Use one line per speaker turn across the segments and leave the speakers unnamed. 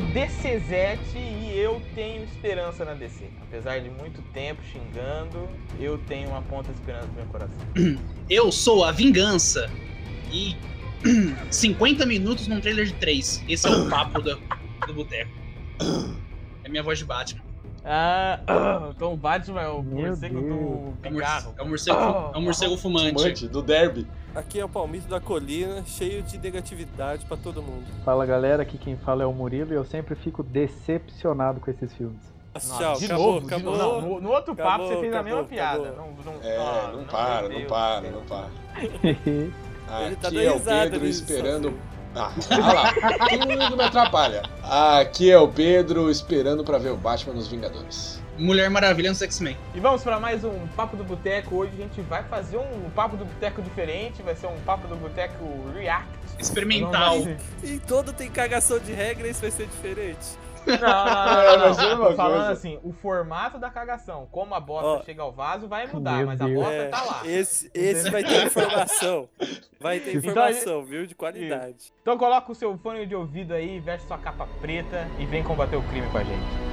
DCZete e eu tenho esperança na DC. Apesar de muito tempo xingando, eu tenho uma ponta de esperança no meu coração.
Eu sou a Vingança. E 50 minutos num trailer de 3. Esse é o papo do, do boteco. É minha voz de Batman.
Ah, então o Batman é o
Meu
morcego do
É o morcego,
pigarro.
é o morcego, fu- é o morcego fumante.
Mante, do derby.
Aqui é o Palmito da Colina, cheio de negatividade pra todo mundo.
Fala galera, aqui quem fala é o Murilo e eu sempre fico decepcionado com esses filmes.
Nossa,
Nossa,
tchau,
de
acabou,
novo, de
acabou.
novo. Não, no, no outro papo
Acabou,
você fez a
acabou,
mesma piada.
acabou.
Não, não,
É,
ah,
não
meu
para, não
Deus
para,
do céu.
não para.
Ele tá
Aqui
dando
é o
risada
Pedro
nisso,
esperando. Ah, olha lá, tudo me atrapalha. Aqui é o Pedro esperando pra ver o Batman nos Vingadores.
Mulher Maravilha nos X-Men.
E vamos para mais um Papo do Boteco. Hoje a gente vai fazer um Papo do Boteco diferente. Vai ser um Papo do Boteco React.
Experimental.
Não vai ser-
E todo tem cagação de regra, isso vai ser diferente.
Não, não, não,
É, vai ser
não, não.
uma
Tô falando
coisa.
assim, o formato da cagação. Como a bosta
Ó.
chega ao vaso vai mudar,
Meu
mas a
Deus.
bosta
É,
tá lá.
Esse, esse vai ter informação. Vai ter
Então,
informação, viu? De qualidade.
Então coloca o seu fone de ouvido aí, veste sua capa preta e vem combater o crime com a gente.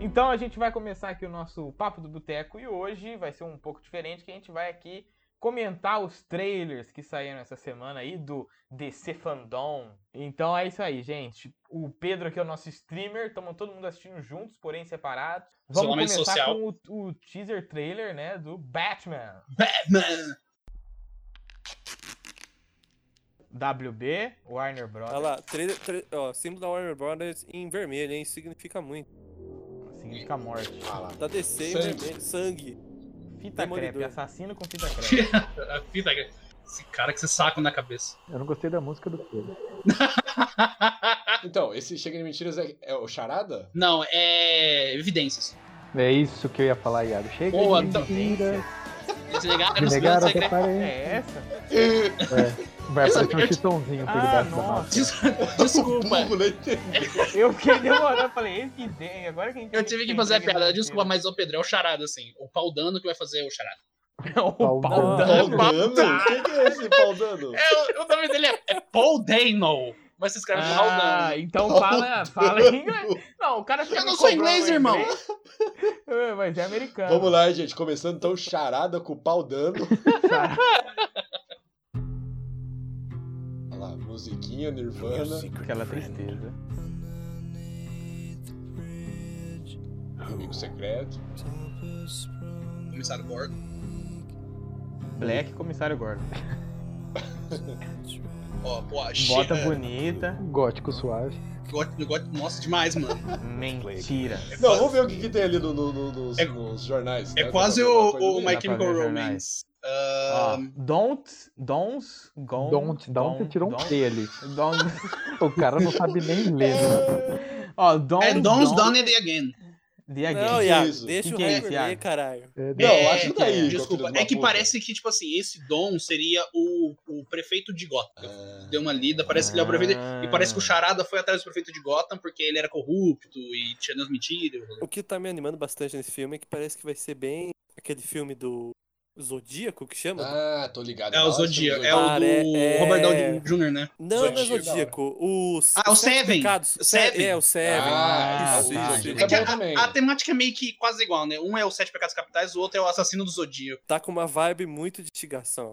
Então a gente vai começar aqui o nosso Papo do Boteco e hoje vai ser um pouco diferente que a gente vai aqui comentar os trailers que saíram essa semana aí do DC Fandom. Então é isso aí, gente. O Pedro aqui é o nosso streamer, estamos todo mundo assistindo juntos, porém separados. Vamos
Isolamento
começar
social.
com o, o teaser trailer, né, do Batman.
Batman.
WB, Warner Bros.
Olha lá, trailer- tra- ó, símbolo da Warner Brothers em vermelho, hein? Significa muito.
Significa assim, morte.
Ah lá.
Da DC em
Sangue.
vermelho, sangue.
Fita
Demolidor.
crepe, assassino com fita crepe.
A fita, esse cara que você saco na cabeça.
Eu não gostei da música do filme.
Então, esse Chega de Mentiras é, é o Charada?
Não, é. Evidências.
É isso que eu ia falar, Iago. Chega
Boa,
de
então-
mentira,
Eles negaram
me
os
negaram
planos
até
secretos.
parente.
É essa?
Vai
Essa
aparecer um
parte-
chitãozinho por
Ah,
debaixo da massa.
nossa.
Des- Desculpa.
Não entendi.
Eu fiquei demorando, falei, esse que tem, agora quem
Eu tive que fazer a piada, desculpa, mas o Pedro é o charada, assim. O pau dano que vai fazer é o charada. um
Não, o pau
Não,
dano.
Paudano? Quem que é esse Paudano?
É, o, o nome dele é, é Paul Dano, mas se escreve é um pau dano.
Ah, então fala, fala em inglês. Não, o cara fica
Eu não
me
sou
cobrando
inglês, irmão.
É, Mas é americano.
Vamos lá, gente. Começando então Charada com o Paudano. Olha lá, musiquinha, Nirvana.
Aquela tristeza.
Amigo secreto.
Comissário Gordon.
Black Comissário Gordon.
Ó, pô, é
Bota
chega.
bonita.
Gótico suave.
Gosto, gosto, nossa, demais, mano.
Mentira.
Não, vamos ver o que, que tem ali no- no- no- nos,
É-
nos jornais.
É
né?
quase
Tem
o,
alguma coisa
o
ali?
My
dá pra
Chemical
ver
Romance.
Ó,
Ah,
don't, don'ts, gon,
Um, Don't, don't,
don-
você tirou um
don-
T ali.
don-
O cara não sabe nem ler. né?
Ó, don't,
é Don's
don't-
Done It Again.
the again.
Não, Iago,
isso?
deixa
Que
o
que é
Raio
isso,
ler,
Iago?
caralho.
É,
Não,
É,
acho que daí.
Desculpa,
filho de
é
uma
que
puta.
parece que, tipo assim, esse Dom seria o, o prefeito de Gotham. Eu
Ah,
Dei uma lida, parece que ele é o prefeito.
Ah.
E parece que o Charada foi atrás do prefeito de Gotham porque ele era corrupto e tinha nas mentiras.
O que tá me animando bastante nesse filme é que parece que vai ser bem aquele filme do Zodíaco que chama?
Ah, tô ligado.
É o
Nossa,
Zodíaco, é o
Cara,
do
é-
Robert Downey Jr., né?
não, não é
Zodíaco.
Zodíaco. O
Ah, o
Sete
Seven.
Pecados.
Seven.
É, o Seven.
Ah,
isso,
tá,
isso,
entendi.
isso.
Tá
É que
bom
a,
também.
a temática é meio que quase igual, né? Um é o Sete Pecados Capitais, o outro é o Assassino do Zodíaco.
Tá com uma vibe muito de instigação.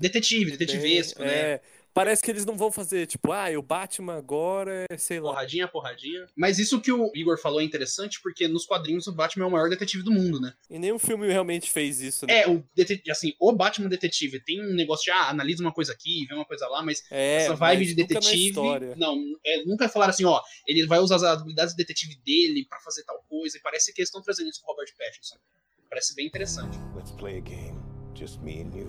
Detetive, detetivesco, né?
É, parece que eles não vão fazer, tipo, ah, o Batman agora, é, sei lá.
Porradinha, porradinha. Mas isso que o Igor falou é interessante, porque nos quadrinhos o Batman é o maior detetive do mundo, né?
E nenhum filme realmente fez isso, né?
É, o detetive, assim, o Batman detetive tem um negócio de, ah, analisa uma coisa aqui, vê uma coisa lá, mas
É,
essa vibe
mas
de
nunca na
detetive.
história.
Não, é, nunca falaram assim, ó, ele vai usar as habilidades do detetive dele pra fazer tal coisa, e parece que eles estão trazendo isso com o Robert Pattinson. Parece bem interessante.
Let's play a game. Just me and you.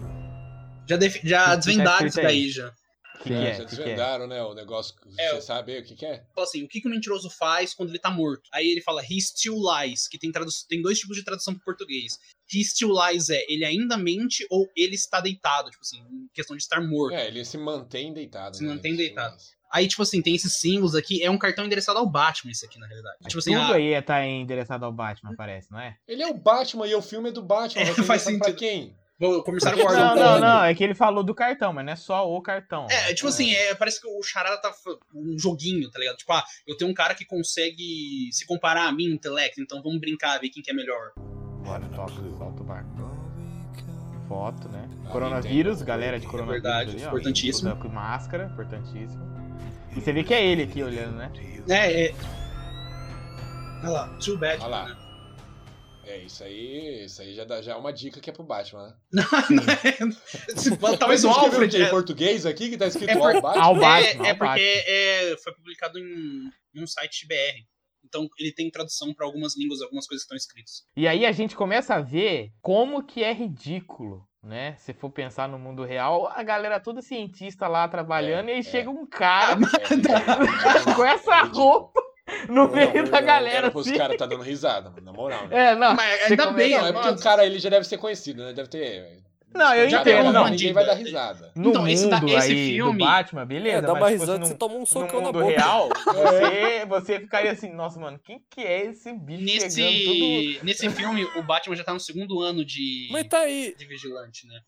Já, defi- já
Tá
desvendaram isso
escrito aí.
daí já.
Que que é?
Já
Que que é?
desvendaram, né? O negócio. que
É,
Você
o-
sabe aí o que, que é?
Fala assim, o que, que o mentiroso faz quando ele tá morto? Aí ele fala, he still lies, que tem, tradu- tem dois tipos de tradução pro português. He still lies é, ele ainda mente ou ele está deitado, tipo assim, em questão de estar morto.
É, ele se mantém deitado.
Se
né,
mantém
nesse
deitado.
filme.
Aí, tipo assim, tem esses símbolos aqui, é um cartão endereçado ao Batman isso aqui, na realidade. Tipo assim,
Tudo
ah,
aí é tá endereçado ao Batman, parece, não é?
Ele é o Batman e o filme é do Batman.
É,
vai ser
faz
engraçado
sentido.
pra quem?
Vou começar com a ordem.
Não, não,
cronológica.
não. É que ele falou do cartão, mas não é só o cartão.
É, tipo assim, é, parece que o Charada tá f- um joguinho, tá ligado? Tipo, ah, eu tenho um cara que consegue se comparar a mim, intelecto, então vamos brincar, ver quem que é melhor.
Foto, foto, barco. Foto, né? Coronavírus, galera de coronavírus.
É verdade,
ali, ó.
importantíssimo.
Toda Com máscara, importantíssimo. E você vê que é ele aqui olhando, né?
É, é. Olha lá, too bad.
Olha lá. É, isso aí, isso aí já, dá, já é uma dica que é pro Batman, né?
é. Talvez o
Vocês escreveram
Alfred.
que é em
é-
português aqui que tá escrito
É por-
ao Batman?
Ao Batman.
É, é
ao Batman.
porque é, foi publicado em, em um site BR. Então ele tem tradução pra algumas línguas, algumas coisas que estão escritas.
E aí a gente começa a ver como que é ridículo, né? Se for pensar no mundo real, a galera toda cientista lá trabalhando e aí
é.
chega um
Ah,
cara
É, é,
com
é, é
essa
ridículo.
roupa no
Não,
meio
não,
da
não,
galera
era pros
assim.
caras tá dando risada, mano, na moral, né?
É, não.
Mas
você
ainda
come-
bem,
Não, é porque
mano.
o cara ele já deve ser conhecido, né? Deve ter.
Não, eu
já
entendo,
era,
não.
Ninguém vai dar risada.
No
Então,
mundo
esse da- esse
aí
filme-
do Batman, beleza,
É, dá uma
mas se fosse
risada,
num-
você
assim,
toma um
no
socão na
mundo
boca.
real, você,
É.
você ficaria assim, nossa, mano, quem que é esse bicho chegando tudo...
Nesse, Tipo nesse filme, o Batman já tá no segundo ano de,
Mas tá aí.
de vigilante, né?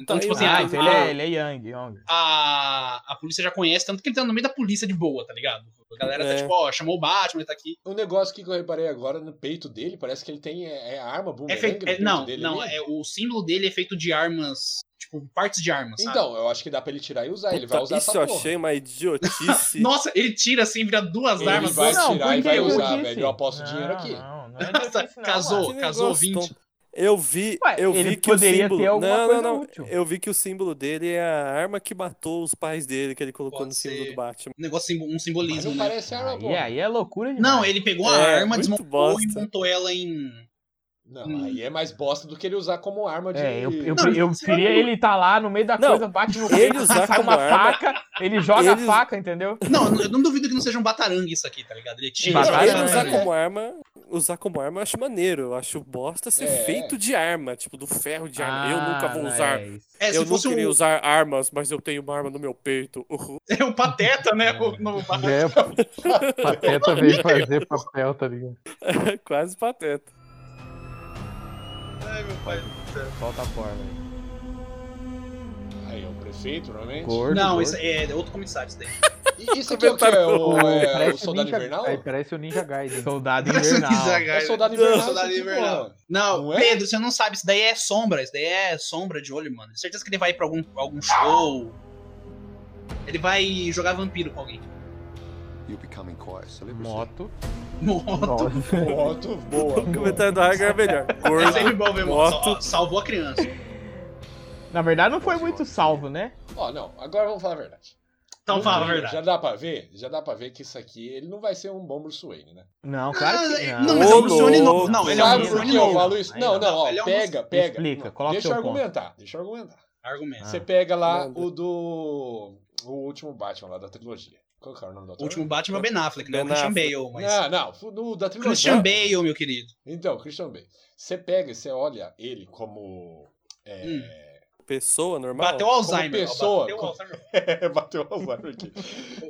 Então,
Tá
tipo
aí,
assim,
né?
Ah,
a,
então ele é,
a,
ele é Young, Young.
a, a polícia já conhece, tanto que ele tá no meio da polícia de boa, tá ligado? A galera tá
É.
tipo, ó, chamou o Batman, ele tá aqui.
Um negócio que eu reparei agora no peito dele, parece que ele tem é, é arma,
É
bumerangue
feito,
no
é-
peito
não,
dele
não,
ali.
é, o símbolo dele é feito de armas, tipo, partes de armas, sabe?
Então, eu acho que dá pra ele tirar e usar. ele vai
Puta,
usar
Isso
essa
eu
porra.
achei uma idiotice.
Nossa, ele tira assim, vira duas
Ele
armas.
vai
Não,
tirar
por
e
que
vai
eu
usar,
disse?
velho. Eu aposto dinheiro aqui.
Não, não é
é? Nossa,
nossa,
casou. casou
Que negócio então.
ouvinte.
tonto. Eu vi,
Ué,
eu
ele
vi que
poderia
o símbolo...
ter alguma
não,
coisa
não, não.
útil.
Eu vi que o símbolo dele é a arma que matou os pais dele, que ele colocou
Pode
no símbolo
ser.
do Batman.
Um negócio, simbo- um
Mas
simbolismo,
não
né?
parece arma,
Aí,
boa.
aí é loucura demais.
Não, ele pegou a
É,
arma,
muito
desmontou e
bosta.
montou ela em.
Não, aí é mais bosta do que ele usar como arma de.
É, eu, eu,
Não,
eu
isso é
queria
louco.
ele tá lá no meio da
Não,
coisa, bate no
ele
peito,
usar
sai
como
uma
arma-
faca, ele joga
Ele-
a faca, entendeu?
Não, eu não duvido que não seja um batarangue isso aqui, tá ligado? Ele tira. É,
Não,
Batalha,
ele
né,
usar
velho?
como arma, usar como arma eu acho maneiro. Eu acho bosta ser
É.
feito de arma, tipo, do ferro de arma. eu nunca vou
não,
usar.
é isso.
É, se
eu não
fosse
queria
o,
usar armas, mas eu tenho uma arma no meu peito. Uhul.
é o Pateta, né? o- no-
É, Pateta veio fazer papel, tá ligado?
Quase pateta.
Ai, meu pai.
Solta a forma. aí.
Aí é o prefeito, normalmente.
Gordo,
Não,
gordo.
isso é, é outro comissário isso daí.
E isso aqui é o que? É o, é, o
Parece
soldado
Ninja-
invernal?
Aí parece o Ninja Gaiden.
Soldado invernal.
É
É
o soldado invernal. isso
Soldado
aqui,
Invernal.
porra.
Não,
Não é?
Pedro, você não sabe, isso daí é sombra, isso daí é sombra de olho, mano. Certeza que ele vai ir pra algum, algum show. Ele vai jogar vampiro com alguém.
You're becoming quite a celebrity.
Moto.
Moto.
Nossa,
Moto, boa.
O comentário do Hagar é melhor.
É
Gordo.
sempre bom ver moto.
Moto.
Sal- Salvou a criança.
Na verdade, não foi muito salvo, né?
Ó, não, agora vamos falar a verdade.
Então
No
fala a
trailer,
verdade.
Já dá pra ver? Já dá pra ver que isso aqui, ele não vai ser um bom Bruce Wayne, né?
Não, claro que
Ah,
não.
Não, mas é um
Ô,
Bruce Wayne novo.
louco.
Não, ele é um
Sabe
Bruce
por
Wayne
que eu
novo.
falo isso?
Aí
Não,
não.
não, ó,
Ele é um
pega, pega.
Explica,
Não,
coloca
Deixa eu
seu ponto.
argumentar, deixa eu argumentar.
Argumento.
Você pega lá
Manda.
o do... o último Batman lá da trilogia. Qual que é o nome do
O
ator?
último Batman é o Ben Affleck, não é o
Ben
Christian
Affleck.
Bale, mas...
Não, não, fu- do, da trilogia.
Christian Bale, meu querido.
Então, Christian Bale. Você pega e você olha ele como. É...
Hum.
Pessoa normal.
Bateu Alzheimer. ó,
pessoa,
bateu
como-
Alzheimer.
Bateu o Alzheimer aqui.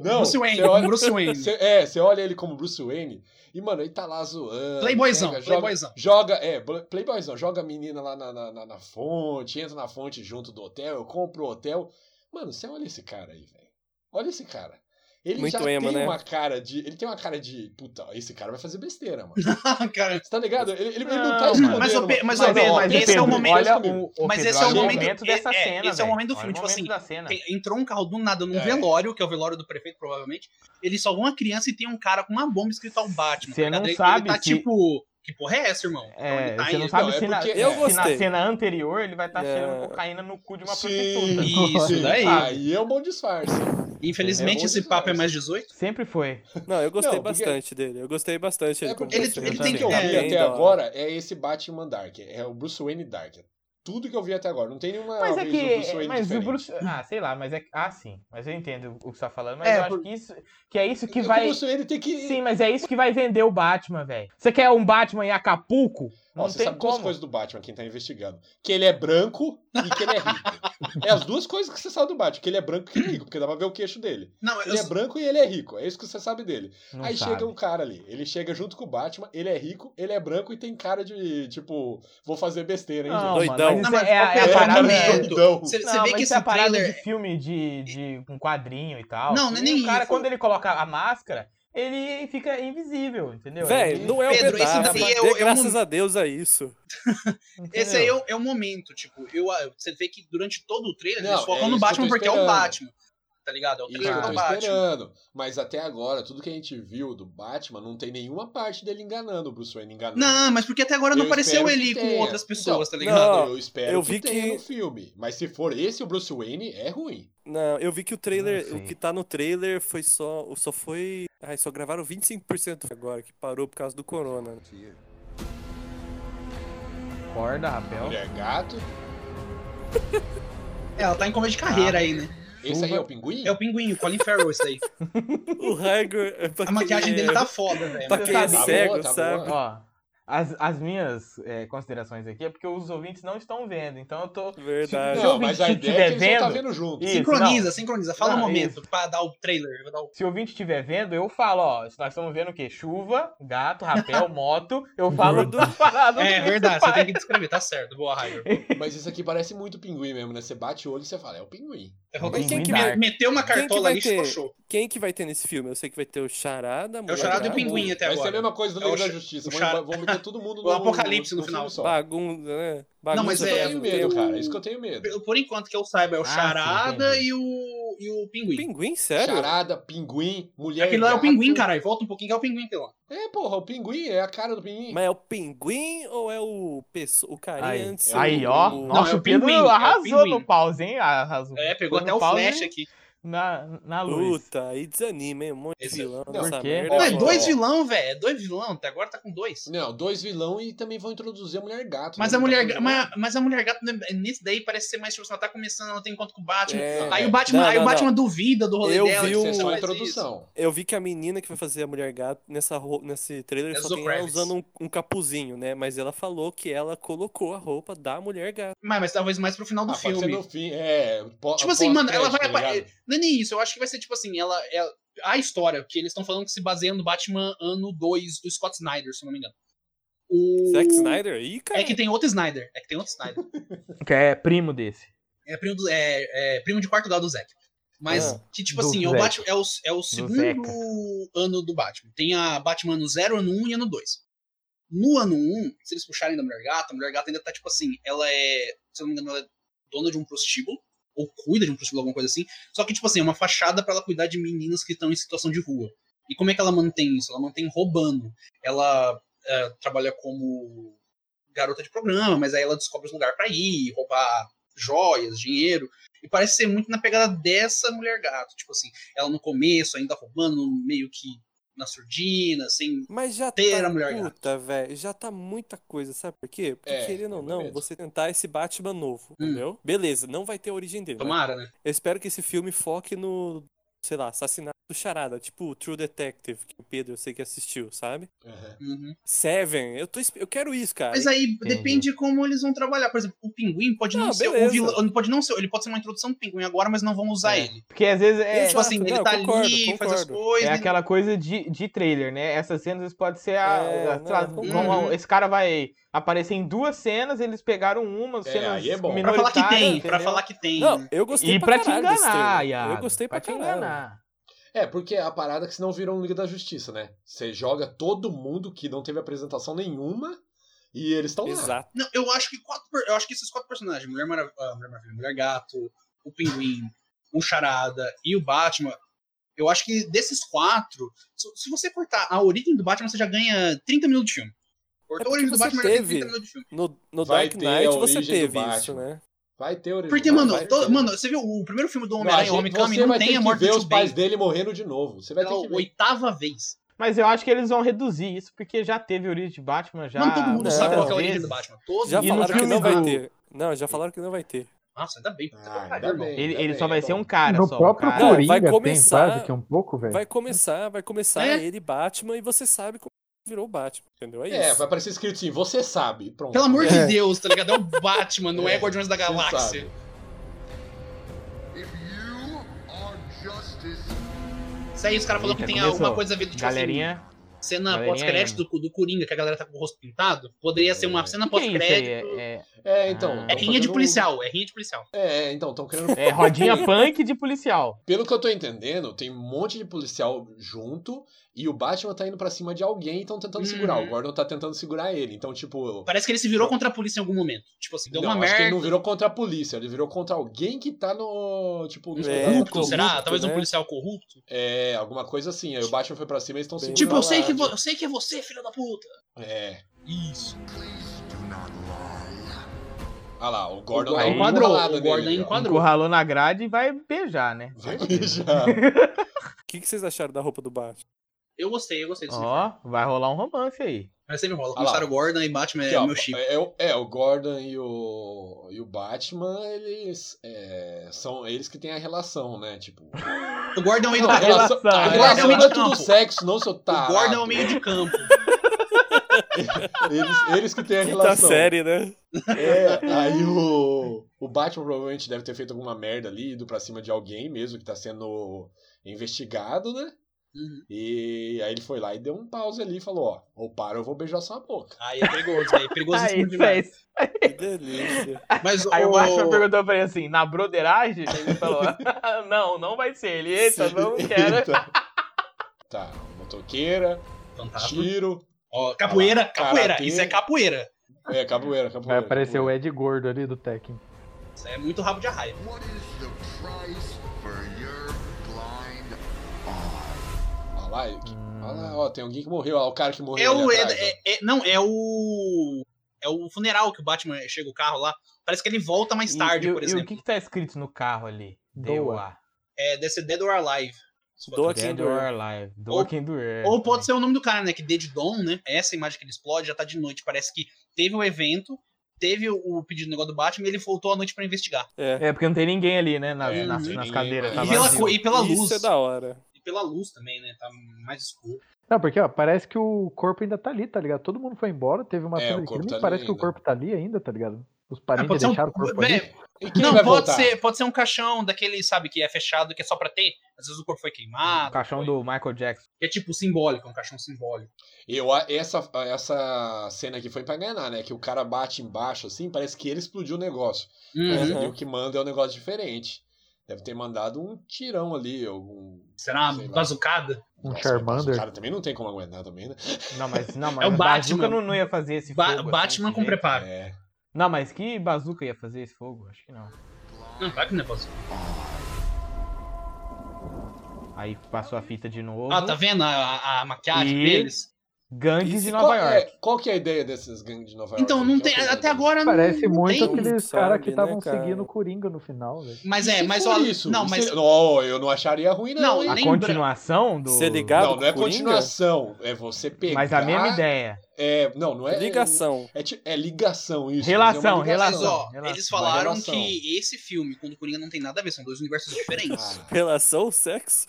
Não,
Bruce Wayne,
você olha-
Bruce Wayne.
Cê- é, você olha ele como Bruce Wayne e, mano, ele tá lá zoando.
Playboyzão,
pega, joga,
playboyzão.
Joga, é, bl- Playboyzão, joga a menina lá na, na, na- na fonte, entra na fonte junto do hotel, compra o hotel. Mano, você olha esse cara aí, velho. Olha esse cara. Ele
Muito
já
emo,
tem
né?
uma cara de. Ele tem uma cara de. Puta, esse cara vai fazer besteira, mano.
Ah, Cara,
Você tá ligado? Ele, ele- ele não,
Não,
tá
mano.
escondendo.
Mas, ô, Pe-
mano.
mas, ô, Pedro,
ó,
esse é o
Pedro,
momento-
olha
Olha
comigo.
o, o
Mas
Pedro,
esse é o
olha
momento-
dessa
é, é,
cena.
esse é o
velho.
momento do
Olha
filme,
o
tipo
momento
assim,
da cena.
tem- entrou um carro do nada num
É.
velório, que é o velório do prefeito, provavelmente. Eles salvam uma criança e tem um cara com uma bomba escrita ao Batman.
Você
tá ligado?
não
ele,
sabe
Ele tá
se-
tipo... Que porra é essa, irmão? Então
É,
ele tá
você não
aí-
sabe
não, é
se, na,
porque-
se-
Eu
se na
gostei.
cena anterior ele vai estar
É.
cheirando cocaína no cu de uma
Sim.
prostituta.
Isso daí.
Aí é um bom disfarce.
Infelizmente,
Entendeu?
esse papo é mais 18.
Sempre foi.
Não, eu gostei
Não, porque-
bastante dele. Eu gostei bastante
É
dele. como
porque ele,
personagem.
ele tem que eu
Tá
vi
bem
até
da hora.
agora é esse Batman Dark. É o Bruce Wayne Dark. É Tudo que eu vi até agora. Não tem
Ah,
nenhuma
Mas é
vez do Bruce
que.
Wayne
Mas o
diferente.
Bruce. Ah, sei lá, mas é. Ah, sim. Mas eu entendo o que você tá falando, mas
É,
eu acho
por-
que isso. Que é isso que
O
vai.
Bruce Wayne tem que...
Sim, mas é isso que vai vender o Batman, velho. Você quer um Batman em Acapulco? Não
Ó, você
tem
sabe duas
como.
coisas do Batman, quem tá investigando. Que ele é branco e que ele é rico. é as duas coisas que você sabe do Batman. Que ele é branco e que ele é rico. Porque dá pra ver o queixo dele.
Não, eu,
Ele é branco e ele é rico. É isso que você sabe dele.
Não
Aí
sabe.
chega um cara ali, ele chega junto com o Batman, ele é rico, ele é branco e tem cara de, tipo, vou fazer besteira, hein,
Não,
gente?
Doidão,
mas
Não,
isso
mas
é, a- é
qualquer
a parada.
momento,
é-
Então.
Você você
Não,
vê
mas
que
isso é a
esse
parada
trailer.
de filme de, de um quadrinho e tal.
Não, não é
E
nem
o cara,
isso.
quando ele coloca a máscara, ele fica invisível, entendeu?
Véi,
Ele-
não é o
né? Pedro, esse
pedaço.
daí é
dê
o- é o
graças
momento.
a Deus a isso.
entendeu?
Esse aí é o, é o momento, tipo, eu, você vê que durante todo o trailer
Não,
eles focam
é
no
isso que eu
Batman
tô
porque é o
esperando.
Batman. Tá ligado? É o
Isso
trailer
eu
do
tô
Batman.
esperando. Mas até agora, tudo que a gente viu do Batman, não tem nenhuma parte dele enganando o Bruce Wayne enganando.
Não, mas porque até agora não
Eu
apareceu
espero
ele
que
com
tenha. Então,
outras pessoas, tá ligado?
Não,
eu espero
eu
que
vi
tenha
que-
no filme. Mas se for esse o Bruce Wayne, é ruim.
Não, eu vi que o
Não
trailer,
sei.
o que tá no trailer foi só, só foi, ai, só gravaram 25% agora, que parou por causa do corona. né?
To you.
Acorda, Rafael.
Ele é gato.
É, ela tá em começo de carreira
Ah.
aí, né?
Esse aí é o pinguim?
É o pinguinho, Colin Farrell, esse daí.
O Hagrid, é pra
A maquiagem
quem é-
dele tá foda, velho.
pra
Meu
quem é
Deus.
boa,
cego,
tá
sabe?
boa.
Ó, as, as minhas é, considerações aqui é porque os ouvintes não estão vendo, então eu tô.
Verdade.
Se o
Não,
ouvinte
mas a ideia é que eles
estiver
não tá
vendo-
vendo junto.
Isso,
Sincroniza,
não.
sincroniza. Fala o
Não,
momento pra dar o trailer. eu vou dar o-
Se o ouvinte estiver vendo, eu falo, ó, nós estamos vendo o quê? Chuva, gato, rapel, moto, eu falo
Gordo.
da parada.
É
do que
verdade,
você
você tem
faz.
que descrever, tá certo. Boa, Raio.
Mas isso aqui parece muito pinguim mesmo, né? Você bate o olho e você fala, é o pinguim.
Mas quem que
Dark.
vai,
Dark.
Meteu uma
Quem que
cartola
vai
ali e
ter?
ficou show.
quem que vai ter nesse filme? Eu sei que vai ter o Charada,
É o Charada e o
Moleque
Pinguim até
Vai ser
agora.
a mesma coisa do
É o
Liga da
cha-
Justiça.
o
Vão,
cha-
vão meter todo mundo
o apocalipse no final.
filme só.
Bagunça, né? Bagunça
Não, mas
Isso que eu
é-
tenho
tem
medo,
o-
cara. Isso que eu tenho medo.
Por enquanto que eu saiba, é o
Ah, sim,
Charada
entendi.
e o, e o Pinguim.
Pinguim, sério?
Charada, pinguim, mulher.
Aquele lá é o
gato.
Pinguim, caralho. Volta um pouquinho que é o Pinguim aquele lá.
É, porra, o pinguim é a cara do pinguim.
Mas é o Pinguim ou é o peço... o cara
Aí,
é.
antes?
aí,
o-
ó.
o-
Não,
Nossa,
é
o
o
Pedro
pinguim, é o
arrasou
pinguim.
no pause, hein? Arrasou.
É, pegou
Foi
até
no
o
pause
Flash aqui.
Na, na luz.
Puta, aí desanima, hein? Um monte de
Esse-
vilão
Não,
nessa
porque-
merda.
Ó,
Não, é
ó,
dois
ó.
vilão, velho. É dois vilão. Até agora tá com dois.
Não, dois vilão e também vão introduzir a mulher gato.
Mas
né?
a mulher,
Tá
ga- mas, mas a mulher gato, né, nesse daí parece ser mais tipo assim, ela tá começando, ela tem encontro com o Batman.
É.
Aí o Batman,
Não,
aí
não,
o Batman duvida do rolê
Eu
dela.
vi
que
o-
Isso é
você
só a
faz
introdução.
Eu vi que a menina que vai fazer a mulher gato nessa ro... nesse trailer
É
só
Zoe
tem ela
Kravitz.
usando um, um capuzinho, né? Mas ela falou que ela colocou a roupa da mulher gato.
isso. Mas, mas talvez mais pro final do
Ah, pode ser
filme.
no fim, é. pó-
Tipo assim, mano, ela vai
pós-crédito, tá
apa-
ligado?
Não é nem isso, eu acho que vai ser tipo assim, ela é a história que eles estão falando que se baseia no Batman ano 2 do Scott Snyder, se eu não me engano. O...
Zack Snyder? Ih, cara.
É que tem outro Snyder, é que tem outro Snyder.
Que é primo desse.
É primo, do- é, é primo de quarto grau do Zack. Mas
Ah,
que tipo
do
assim, é o,
Zack.
Batman, é o, é o segundo ano do Batman. Tem a Batman ano 0, ano 1 um, e ano 2. No ano 1, um, se eles puxarem da Mulher Gata, a Mulher Gata ainda tá tipo assim, ela é, se eu não me engano, ela é dona de um prostíbulo ou cuida de um prostíbulo, alguma coisa assim. Só que tipo assim, é uma fachada pra ela cuidar de meninas que estão em situação de rua. E como é que ela mantém isso? Ela mantém roubando. Ela é, trabalha como garota de programa, mas aí ela descobre os lugares pra ir, roubar joias, dinheiro. E parece ser muito na pegada dessa mulher gato. Tipo assim, ela no começo ainda roubando meio que na surdina, sem.
Mas já
Ter
tá,
a mulher gato.
puta, velho, já tá muita coisa, sabe por quê? Porque
É,
querendo ou
é
não,
mesmo.
você tentar esse Batman novo,
Hum.
entendeu? Beleza, não vai ter a origem dele. né?
Tomara, né?
Eu espero que esse filme foque no, sei lá, assassinato do Charada, tipo o True Detective, que o Pedro eu sei que assistiu, sabe?
Aham.
Uhum.
Seven, eu, tô, esp- eu quero isso, cara.
Mas aí depende como eles vão trabalhar. Por exemplo, o pinguim pode não,
Não,
ser o
beleza.
vilão. Pode não ser. Ele pode ser uma introdução do pinguim agora, mas não vão usar
É.
ele.
Porque às vezes é,
Isso
Tipo assim,
Exato,
ele
não,
tá
concordo,
ali, faz as
concordo.
coisas.
é
ele-
aquela coisa de, de trailer, né? Essas cenas podem ser a.
É,
a- sei lá,
não.
vão-
Uhum.
Esse cara vai aparecer em duas cenas, eles pegaram uma,
É,
cenas
aí é bom.
Pra falar que
minoritárias,
tem, pra
entendeu?
falar que tem.
Não,
né?
eu gostei
E
pra
pra te
caralho desse
enganar,
trailer.
Iago.
Eu gostei
pra
pra,
te
caralho.
enganar.
É, porque a parada é que senão virou um Liga da Justiça, né? Você joga todo mundo que não teve apresentação nenhuma e eles estão lá.
Exato.
Não, eu acho que quatro, per- eu acho que esses quatro personagens, Mulher Maravilha, Mulher, Maravilha, Mulher Gato, o Pinguim, o Charada e o Batman, eu acho que desses quatro, se, se você cortar a origem do Batman, você já ganha 30 minutos de filme. Cortou a
É porque
origem do
você
Batman, já ganha
teve.
30 minutos de filme.
No, no
Vai
Dark
ter a
Knight você
origem do
teve isso,
Batman.
né?
Vai ter original.
Porque, mano,
vai
todo-
ter.
mano, você viu o primeiro filme do
Não,
Homem-Aranha,
gente,
o Homem-Homem,
Você
não
vai
tem
ter
a
que
morte
ver
do
os
Tio Ben
pais dele morrendo de novo. Você vai
pela
ter que ver.
oitava vez.
Mas eu acho que eles vão reduzir isso, porque já teve origem de Batman já.
Mano, todo mundo
não,
sabe qual que é a
muitas
origem do
vezes.
Batman. Todo
E
Já
no
mundo
falaram que
filme
não vai
do-
ter. Não, já falaram que não vai ter.
Nossa, ainda bem. puta que
Ah,
pariu,
ainda
irmão.
bem.
Ele, ele
bem,
só vai
então.
tá
ser
bom.
um cara
no
só. um
próprio
cara.
Não, vai
Coringa tem
começar-
quase que um pouco,
É.
velho.
Vai começar, vai começar
É.
ele Batman e você sabe como virou Batman, entendeu? É isso.
É, vai aparecer escrito assim, você sabe. Pronto.
Pelo amor
É.
de Deus, tá ligado? É o Batman, não é,
É,
Guardiões da
você
Galáxia.
sabe.
If you are justice,
Isso aí, os caras falaram que
Eita,
tem
começou.
alguma coisa a ver do tipo assim,
Galerinha,
cena
Galerinha
pós-crédito do, do Coringa, que a galera tá com o rosto pintado, poderia ser uma
É.
cena
O que é isso aí?
pós-crédito.
É, é-
É, então.
Ah.
É
tão
rinha de
fazendo-
policial, é rinha de policial.
É, é, então, estão querendo
é rodinha punk de policial.
Pelo que eu tô entendendo, tem um monte de policial junto e o Batman tá indo pra cima de alguém e estão tentando
Uhum.
segurar. O Gordon tá tentando segurar ele. Então, tipo.
Parece que ele se virou contra a polícia em algum momento. Tipo assim, deu
não,
uma
acho
merda.
que ele não virou contra a polícia, ele virou contra alguém que tá no. Tipo, no
É,
corrupto,
corrupto,
será? Talvez um
né?
policial corrupto.
É, alguma coisa assim. Aí o Batman foi pra cima e eles estão
Bem
seguindo.
Tipo, eu
a
sei, que
Lázaro.
vo- eu sei que é você, filho da puta.
É.
Isso.
Please do not lie.
Ah lá, o Gordon
O Gordon
dá uma
enquadrou,
enrolada
o Gordon
nele, ó.
enquadrou. Quadrou.
Encurralou na grade e vai beijar, né?
Vai beijar.
O que, que vocês acharam da roupa do Batman?
Eu gostei, eu gostei desse filme.
Ó, vai rolar um romance aí.
Mas sempre rola.
Ah lá.
Começaram o Gordon e Batman
Aqui,
é
ó,
meu chip.
é, o- é, o Gordon e o, e o Batman, eles é, são eles que têm a relação, né? Tipo,
O Gordon é o meio do
Não, a
campo.
relação, a
Ah,
relação
é o
não é
meio
tudo
campo.
sexo, não, seu
O
tarado.
Gordon é o meio de campo.
eles, eles que têm
Tá
a
Quinta
relação.
série, né?
É, aí o, o Batman provavelmente deve ter feito alguma merda ali, ido pra cima de alguém mesmo que tá sendo investigado, né?
Uhum.
E aí ele foi lá e deu um pause ali e falou, ó, ou para ou eu vou beijar sua boca.
Aí é perigoso, aí é perigoso esse
Tá Aí,
filme demais.
fez.
Que delícia.
Mas
Aí o
o-
Batman perguntou pra ele assim, na broderagem? Ele falou, não, não vai ser. Ele, eita, não quero.
Eita. Então, Tá, motoqueira,
Fantasma.
tiro.
Ó, capoeira,
Karatê.
capoeira. Isso é capoeira.
É, capoeira, capoeira.
Vai aparecer o
capoeira.
Ed Gordo ali do Tekken.
Isso é muito rabo de arraia.
What is the price for your blind eye?
Olha lá, ele-
Hum.
olha lá, ó, tem alguém que morreu, ó, o cara que morreu.
É o.
ali
É,
atrás, ó.
é- é- não, é o. É o funeral que o Batman chega o carro lá. Parece que ele volta mais tarde,
e, e-
por
E o
exemplo.
que, que tá escrito no carro ali? DOA.
É, deve ser Dead or Alive.
Doa quem
Dead
doer.
or Alive. Doa
Ou-
quem doer.
Ou pode ser o nome do cara, né? Que Dead Dawn, né? Essa imagem que ele explode já tá de noite. Parece que teve o evento, teve o- o pedido do negócio do Batman e ele voltou à noite pra investigar.
É.
É, porque não tem ninguém ali, né? Nas,
É,
nas,
não tem
nas
ninguém,
cadeiras.
mas-
Tá
E
Tá
pela,
vazio.
co- e pela luz.
Isso é da hora.
E pela luz também, né? Tá mais escuro.
Não, porque ó, parece que o corpo ainda tá ali, tá ligado? Todo mundo foi embora, teve uma
É,
cena
o
de
corpo
crime,
tá ali
parece que o
ainda.
corpo tá ali ainda, tá ligado? Os
Ah,
parentes
pode ser
deixaram o corpo
um.
ali.
é,
E quem
não,
vai
pode
voltar?
ser, pode ser um caixão daquele, sabe, que é fechado, que é só pra ter. Às vezes o corpo foi queimado.
O caixão
Ah, foi-
do Michael Jackson.
É tipo simbólico, é um caixão simbólico.
Eu, a- essa, essa cena aqui foi pra enganar, né? Que o cara bate embaixo, assim, parece que ele explodiu o negócio. Mas
Uhum.
ali o que manda é um negócio diferente. Deve ter mandado um tirão ali, algum.
É, Será
Sei
uma
lá.
bazucada?
Um
Nossa, mas
Charmander.
O cara também não tem como aguentar também, né?
Não, mas, não, mas
É o
Bazooka
Batman.
não, não ia fazer esse
Ba-
fogo.
Batman
assim,
com
desse jeito.
preparo.
É.
Não, mas que Bazooka ia fazer esse fogo? Acho que não.
Não, claro que não é bazuca.
Aí passou a fita de novo.
Ah, tá vendo a, a- a maquiagem
Uhum. E-
deles?
Gangues
E
de
qual
Nova York.
É, qual que é a ideia desses gangues de Nova York? é
Então, não tem. Até agora não.
Parece
não
muito
tem.
aquele-
aqueles
Não
caras
sabe,
que estavam
né, cara?
seguindo o Coringa no final, velho.
Mas é, mas
olha
olha.
isso.
Não,
E
mas.
se- Não, eu não acharia ruim, não.
Não,
hein?
A
lembra-
continuação do.
Você ligado
Não,
com
não é
o Coringa?
continuação. É você pegar.
Mas a mesma ideia.
É, não, não é.
Ligação.
É, ti- é ligação, isso.
Relação,
mas é uma ligação.
Mas ó,
relação,
eles
uma
falaram
relação.
que esse filme com o Coringa não tem nada a ver, são dois universos diferentes.
Ah.
Relação, sexo?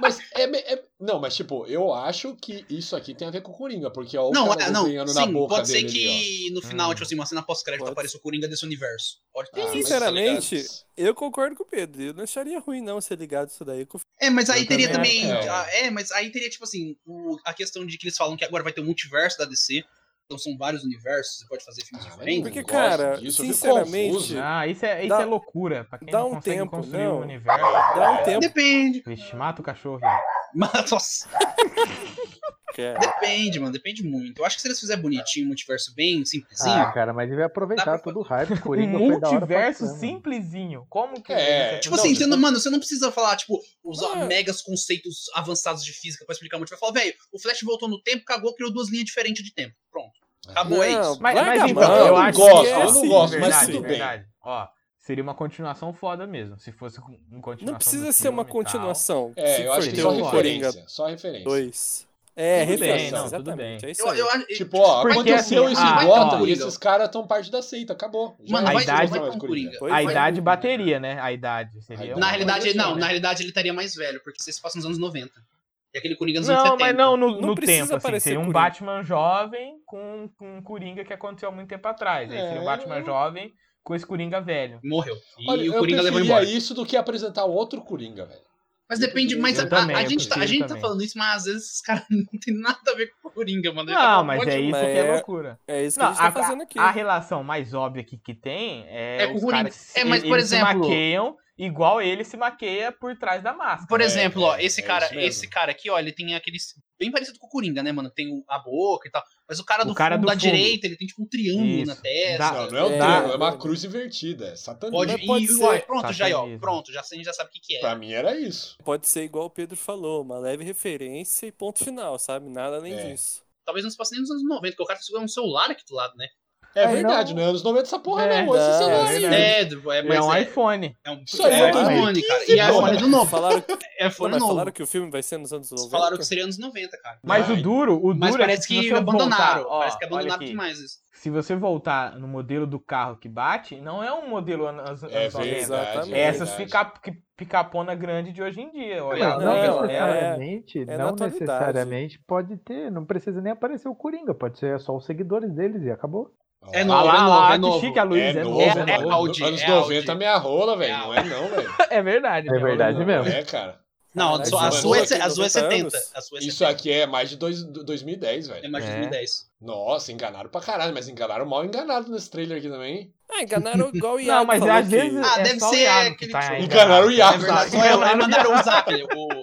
Mas é, me- é- Não, mas tipo, eu acho que isso aqui tem a ver com o Coringa, porque ó, o
não,
cara
é- não,
desenhando na
sim,
boca
pode ser
dele
que
ali, Ah,
no final,
Hum.
tipo assim, uma cena pós-crédito
Pode
apareça o Coringa desse universo. Pode
ó.
ter
Ah,
isso.
sinceramente,
mas tá ligado.
Eu concordo com o Pedro. Eu não acharia ruim, não, ser ligado isso daí. com-
É, mas aí
Eu
teria
também
também.
acho.
ah, É. mas aí teria, tipo assim, o- a questão de que eles falam que agora vai ter o multiverso da DC. Então são vários universos, você pode fazer filmes
Ah, mas
diferentes.
não
Porque,
gosto
cara,
disso, eu fico
sinceramente,
confuso. né?
Ah, isso é, isso
Dá-
é loucura. Pra quem
dá
não
um
consegue
tempo,
construir
não.
um universo.
Dá
É.
um tempo.
Depende.
Vixe, mata o cachorro.
Mas, nossa,
Cara.
depende, mano. Depende muito. Eu acho que se eles fizerem bonitinho, um multiverso bem simplesinho.
Ah, cara, mas ele vai aproveitar
Dá pra-
todo o hype.
Um
Coringa foi da hora pra
multiverso
caramba.
simplesinho. Como que.
É,
Tipo
Não,
assim,
tipo-
você não, mano, você não precisa falar, tipo, usar
Não.
megas conceitos avançados de física pra explicar muito. Vai falar, velho, o Flash voltou no tempo, cagou, criou duas linhas diferentes de tempo. Pronto. Acabou, é
Não,
isso.
Mas,
larga
mas
a
então,
mão,
eu
não
acho
gosto,
que. assim,
eu não
esquece,
gosto, mas
verdade,
tudo bem.
verdade. Ó, seria uma continuação foda mesmo. Se fosse com- uma continuação.
Não precisa
do
ser
filme
uma
e tal.
continuação.
É,
Se
eu acho que
for
só
ter um
referência.
Coringa
Só referência.
2.
Tudo
É,
bem,
referência,
não, tudo
exatamente.
bem.
É isso
Eu,
aí.
eu, acho-
Tipo, ó,
Porque,
aconteceu
assim,
isso
ah,
em Gotham
ó.
e esses caras estão parte da seita, acabou. Já
Mano,
a
não
vai,
gosto
idade-
vai
mais
com o
de
Coringa.
Pois
A
é.
idade bateria, né? A idade.
A
Seria um-
idade-
uma-
Na realidade,
coisa
não,
assim, né?
na realidade ele estaria mais velho, porque você se passa nos anos 90. E aquele Coringa nos anos
Não,
70.
mas não no,
Não
no
precisa
tempo, assim.
aparecer
Seria um
Coringa.
Batman jovem com, com um Coringa que aconteceu há muito tempo atrás. Aí seria um
É,
Batman
eu-
jovem com esse Coringa velho.
Morreu. E
Olha,
o Coringa
eu
levou
preferia
embora.
isso do que apresentar outro Coringa, velho.
Mas depende, mas a,
Eu também,
a
eu
gente, tá, a
prefiro
gente tá
também.
falando isso, mas às vezes esses caras não tem nada a ver com o Coringa, mano. Ele tá
Não,
um
mas é
monte-
isso
mas
que é
é-
loucura.
É isso que
Não,
a gente tá
a-
fazendo aqui.
A relação mais óbvia que, que tem é.
É com
os
o Coringa.
caras-
É, mas,
eles
por exemplo-
se maqueiam igual ele se maqueia por trás da máscara. né?
Por
É,
exemplo, ó,
é,
esse
é
cara,
isso mesmo.
esse cara aqui, ó, ele tem aqueles bem parecido com o Coringa, né, mano? Tem o- a boca e tal. Mas o cara
O
do
cara
fundo
do
da
fundo.
direita, ele tem tipo um triângulo
Isso.
na testa.
Dá-
Não, não é o
É.
triângulo, é uma cruz invertida. É satanismo.
Ah, Pode,
Mas pode
e,
ser.
ó, pronto, já, aí, ó,
Satanismo.
pronto, já a gente já sabe o que que é.
Pra mim era isso.
Pode ser igual o Pedro falou, uma leve referência e ponto final, sabe? Nada além
É.
disso.
Talvez não se passe nem nos anos 90, porque o cara tá segurando um celular aqui do lado, né?
É
Aí não-
verdade, não é anos 90 essa porra
É,
não. Esse
não,
celular
é
aí.
verdade.
É, do- é, mas
é um
é,
iPhone.
é um
Isso aí
é
é
um iPhone, cara. E é
mano.
iPhone do novo.
Falaram, que-
É iPhone
mas
novo.
falaram que o filme vai ser nos anos 90.
Falaram que seria anos 90, cara.
Mas
Ai.
o duro, o duro
Mas
é
parece
se você
que
voltar-
abandonaram.
ó,
parece que
olha
abandonaram
aqui.
demais isso.
Se você voltar no modelo do carro que bate, não é um modelo anos,
É
anos 90.
verdade.
Exatamente.
É
é
essas
verdade.
pica, que- picapona grande de hoje em dia.
tá
Olha,
Não,
Não,
não, é-
necessariamente,
é na
não
atualidade.
necessariamente pode ter, não precisa nem aparecer o Coringa, pode ser só os seguidores deles e acabou.
É
Ah
novo,
lá,
é
ah
novo,
lá,
é
que
novo.
chique a luz, é,
É novo,
novo.
é
mano.
Audi,
Anos
é
90
Audi.
meia rola, velho.
É
Não é não, velho.
É verdade.
É verdade
Não,
mesmo.
É, cara.
Não, a
Caralho,
sua, a
mano,
sua é,
isso
se- a sua
aqui
é
90
70.
anos.
A sua é
Isso
70.
aqui é mais de dois, do- 2010, velho.
É mais de
É.
2010.
Nossa, enganaram pra caralho, mas enganaram mal enganado nesse trailer aqui também. hein?
Ah, enganaram igual o Iago
Não, mas
falou
às
que-
vezes.
Ah,
é
deve
só o
ser
Iago que
aquele
tá
que-
enganado.
Enganaram o
É
Iago.
verdade.
Zap.
Só eu, aí mandaram um zap. O,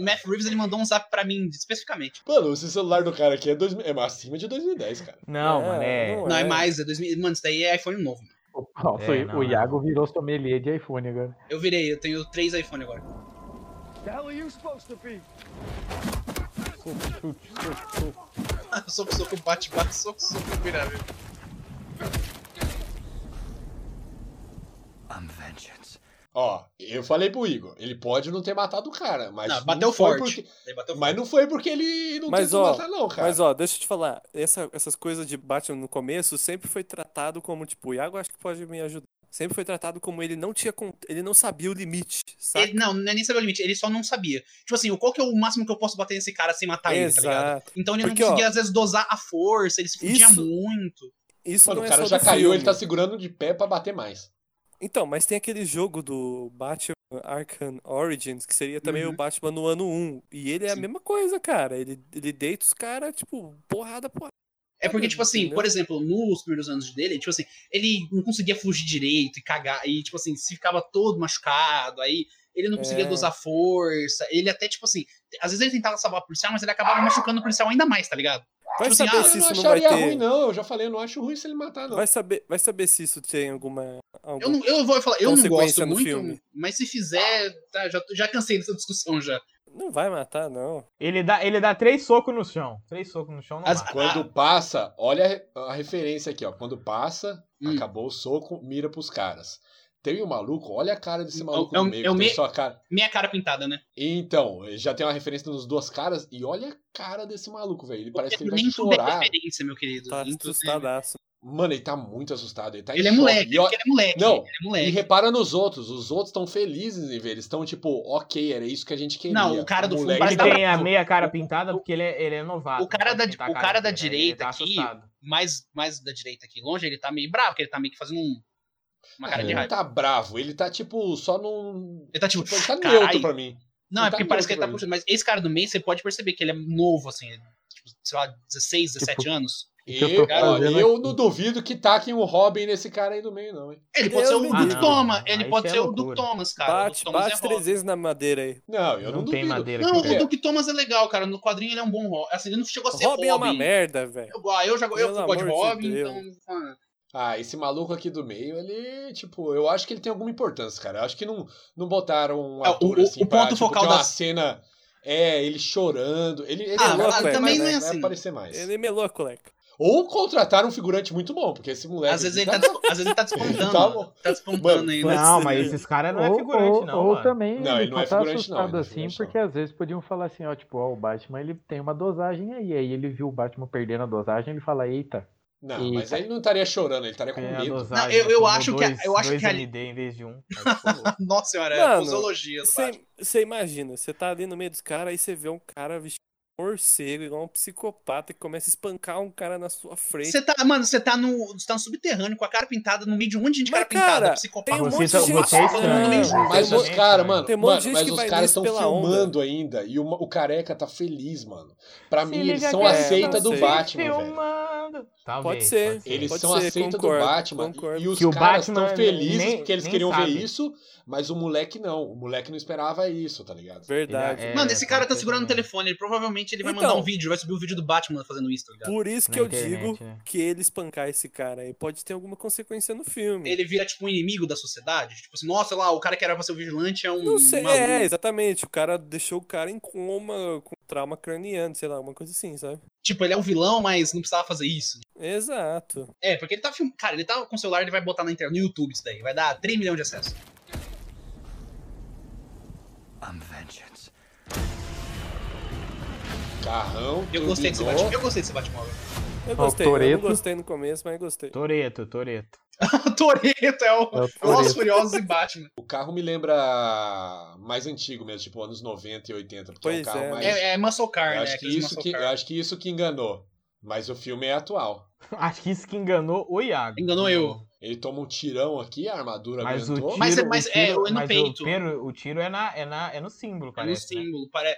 o Matt Reeves ele mandou um zap pra mim especificamente.
Mano, esse celular do cara aqui é, dois, é acima de 2010, cara.
Não,
É,
mano, é.
não
Não é mais, é 2000. Mano, isso daí é iPhone novo.
Nossa,
É,
o-
não,
o
é.
Iago virou sommelier de iPhone agora.
Eu virei, eu tenho três iPhone agora. Soco, soco, bate, bate, soco, soco, vira, vira.
I'm vengeance.
Ó, eu falei pro Igor, ele pode não ter matado o cara, mas.
Não, bateu
foi
forte.
porque-
Daí bateu
mas não foi porque ele não
Mas,
tentou
ó,
matar, não, cara.
Mas ó, deixa eu te falar, essa- essas coisas de Batman no começo sempre foi tratado como, tipo, o Iago acho que pode me ajudar. Sempre foi tratado como ele não tinha. con- Ele não sabia o limite, sabe?
Ele, não, não é nem saber o limite, ele só não sabia. Tipo assim, qual que é o máximo que eu posso bater nesse cara sem matar ele, tá ligado?
Exato.
Então ele
Porque,
não
ó,
conseguia, às vezes, dosar a força, ele se fudia
isso-
muito.
Isso
Mano,
não
o
é
cara
só
já
do
caiu,
filme.
ele tá segurando de pé pra bater mais.
Então, mas tem aquele jogo do Batman Arkham Origins, que seria também
Uhum.
o Batman no ano 1. E ele é a
Sim.
mesma coisa, cara. Ele, ele deita os caras, tipo, porrada, porrada.
É porque, tipo assim,
Entendeu?
por exemplo, nos primeiros anos dele, tipo assim, ele não conseguia fugir direito e cagar, e tipo assim, se ficava todo machucado, aí ele não conseguia
É.
dosar força, ele até, tipo assim, às vezes ele tentava salvar o policial, mas ele acabava machucando o policial ainda mais, tá ligado? Tipo
Vai
assim,
saber
ah,
se
eu não
isso não vai
acharia ruim,
ter.
não. Eu já falei, eu não acho ruim se ele matar, não.
Vai saber, vai saber se isso tem alguma.
Eu,
algum-
não, eu vou falar, eu não
Consequência
gosto
no
muito,
filme.
mas se fizer, tá, já, já cansei dessa discussão já.
Não vai matar, não.
Ele dá, ele dá três socos no chão. Três socos no chão não
As-
mata.
Quando passa, olha a re- a referência aqui, ó. Quando passa,
Hum.
acabou o soco, mira pros caras. Tem um maluco, olha a cara desse
É
maluco
um-
no meio,
é um
que tem
me-
só a cara.
Minha cara pintada, né?
Então, já tem uma referência nos duas caras, e olha a cara desse maluco, velho. Ele parece que ele vai
nem tudo é
chorar.
referência, meu querido.
Tá
Nem tudo é-
assustadaço.
Mano, ele tá muito assustado. Ele tá em
Ele é
choque.
moleque,
E, ó-
ele é moleque.
Não,
ele é
e
moleque.
repara nos outros. Os outros estão felizes em ver. Eles estão tipo, ok, era isso que a gente queria.
Não, o cara do fundo
moleque
Ele
parece
tá
que
tem a
bravo.
meia cara pintada porque ele é, ele é novato.
O cara
não
da- tipo,
pode pintar
o
a
cara da
inteira,
direita
ele tá
aqui-
assustado.
Mais, mais da direita aqui longe, ele tá meio bravo, porque ele tá meio que fazendo um- uma cara
Ele
de
não
raiva.
tá bravo. Ele tá tipo, só num.
Ele tá tipo.
Tipo, ele tá
"Carai".
neutro pra mim.
Não,
ele
é
tá
porque parece que ele tá
neutro
puxando. Mas esse cara do meio, você pode perceber que ele é novo, assim. Tipo, sei lá, 16, 17
Tipo,
anos.
que eu tô
Eu, cara,
fazendo
eu não duvido que taquem um Robin nesse cara aí do meio, não, hein?
Ele pode
Eu
ser o
me
Duke
digo.
Thomas.
Ah,
Ele
não,
pode
isso
ser
é
o Duke
loucura.
Thomas, cara. O Duke
Bate,
um
Thomas é
bate três
rock.
vezes na madeira aí.
Não, eu não,
Não
duvido.
tem madeira
Não,
aqui
o
perto.
Duke Thomas é legal, cara. No quadrinho ele é um bom Robin. Assim, ele não chegou a ser
Robin
Robin.
é uma merda, velho.
Eu, ah, eu já eu
Pelo
fui God
amor de
Robin,
Deus.
então. ah,
Ah, esse maluco aqui do meio, ele, tipo, eu acho que ele tem alguma importância, cara. Eu acho que não, não botaram um
É, o-
ator
o-
assim
o
pra,
ponto
tipo,
focal
ter uma
das-
cena, é, ele chorando. Ele, esse
Ah,
cara
mas
vai- vai-
também não é
vai
assim.
aparecer mais.
Ele é melou a coleca.
Ou contrataram um figurante muito bom, porque esse moleque...
Às vezes ele tá, des- às vezes ele tá despontando.
Tá
mano.
bom.
tá despontando
É, então Mano,
aí, né?
Pode
Não,
ser.
mas esses caras não é
ou,
figurante,
ou-
não.
ou
mano.
também
Não, ele não é
só tá
figurante, não, ele
assustado
não é
assim,
figurante,
porque às vezes podiam falar assim, ó, tipo, ó, o Batman ele tem uma dosagem aí, aí ele viu o Batman perdendo a dosagem, ele fala, eita,
Não, mas
Eita.
aí ele não estaria chorando, ele estaria com
Tem a
medo.
É dosagem,
Não, eu- eu
tomou
acho que a-
dois-
eu acho
dois
que a-
ND em vez de um.
Nossa senhora, é
Mano,
fisiologia do Batman.
Você imagina, você tá ali no meio dos caras, aí você vê um cara vestido morcego, igual um psicopata que começa a espancar um cara na sua frente.
Você tá, mano, você tá no. Você tá no subterrâneo com a cara pintada no meio de um monte de gente
Mas,
cara pintada,
cara,
psicopata.
tem um
Vocês
monte
são-
de um
vocês
gente-
são-
Mas
Não,
Tem
Mas os
gente,
caras,
cara.
mano,
Tem um monte
mano,
de gente
mas
que
os
vai
caras
nisso
estão
pela
filmando ainda. E o, o careca tá feliz, mano. Pra
Se
mim, eles
liga
são
que
a
é,
seita
não
do
sei.
Batman, velho.
Filmando. Talvez,
Pode ser.
Eles
Pode
são a
ser,
seita
concordo,
do Batman.
concordo.
E os
Que o
caras
Batman
estão felizes
nem-
porque eles
nem
queriam
sabe.
ver isso, mas o moleque não. O moleque não esperava isso, tá ligado?
Verdade.
Ele é-
Mano, esse cara tá
pode ser
segurando o
também.
telefone, ele provavelmente ele vai
Então.
mandar um vídeo, vai subir um vídeo do Batman fazendo isso, tá ligado?
Por isso que
Na
eu
internet,
digo
né?
que ele espancar esse cara aí pode ter alguma consequência no filme.
Ele vira, tipo, um inimigo da sociedade. Tipo assim, nossa, lá, o cara que era pra ser o vigilante é um.
Não sei,
maluco.
é, exatamente. O cara deixou o cara em coma com trauma craniano, sei lá, uma coisa assim, sabe?
Tipo, ele é um vilão, mas não precisava fazer isso.
Exato.
É, porque ele tá filmando. Cara, ele tá com o celular, ele vai botar na internet, no YouTube isso daí. Vai dar 3 milhões de acessos.
I'm vengeance.
Carrão.
Eu gostei desse
turbinó.
Batman. Eu gostei desse Batman.
Eu
Ó,
gostei, eu não
Toretto.
gostei no começo, mas gostei.
Toreto, Toreto.
Toreto é o.
É o
Velozes
Toretto.
Furiosos e Batman.
O carro me lembra mais antigo mesmo, tipo anos 90 e 80. Porque é um
Pois
carro
é.
mais.
É, é Muscle Car,
eu,
né?
acho que
Aqueles
isso
muscle
que,
car.
eu acho que isso que enganou. Mas o filme é atual.
Acho que isso que enganou o Iago.
Enganou eu.
Ele toma um tirão aqui, a armadura
Mas o
aguentou.
tiro,
Mas é- mas
o
é,
tiro-
é no
mas o
peito.
pero- o tiro é, na, é, na, é no símbolo,
É um
parece. né?
símbolo. Pare...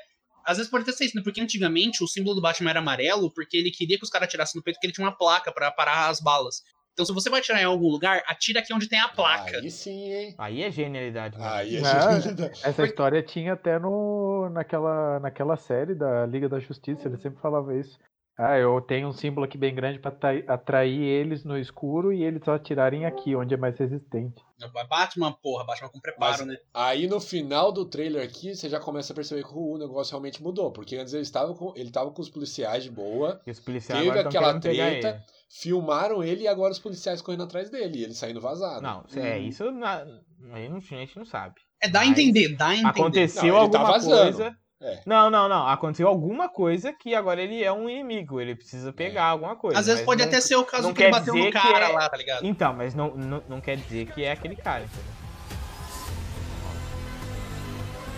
Às vezes pode até ser isso, né? Porque antigamente o símbolo do Batman era amarelo porque ele queria que os caras atirassem no peito porque ele tinha uma placa pra parar as balas. Então se você vai atirar em algum lugar, atira aqui onde tem a placa.
Aí sim, hein?
Aí é genialidade. mano.
Aí a
Né?
Não.
gente...
Essa história tinha até no, naquela, naquela série da Liga da Justiça, ele sempre falava isso. Ah, eu tenho um símbolo aqui bem grande pra atrai- atrair eles no escuro e eles só atirarem aqui, onde é mais resistente.
Né? Batman, porra, Batman com preparo, né?
Aí no final do trailer aqui, você já começa a perceber que o negócio realmente mudou. Porque antes ele estava com, ele estava com os policiais de boa,
E os policiais
Teve
agora estão
aquela
querendo pegar
treta.
ele.
filmaram ele e agora os policiais correndo atrás dele. E ele saindo vazado.
Não, é
Uhum.
isso na- aí não- a gente não sabe.
É dar a
Mas
entender, dá a entender.
Aconteceu
Não, ele tá
alguma
vazando.
coisa.
É.
Não, não, não. Aconteceu alguma coisa que agora ele é um inimigo. Ele
É.
precisa pegar alguma coisa.
Às vezes
mas
pode
não-
até ser o caso
não
que ele
quer
bateu no
dizer que
cara
é-
lá, tá ligado?
Então, mas não, não, não quer dizer que é aquele cara, entendeu?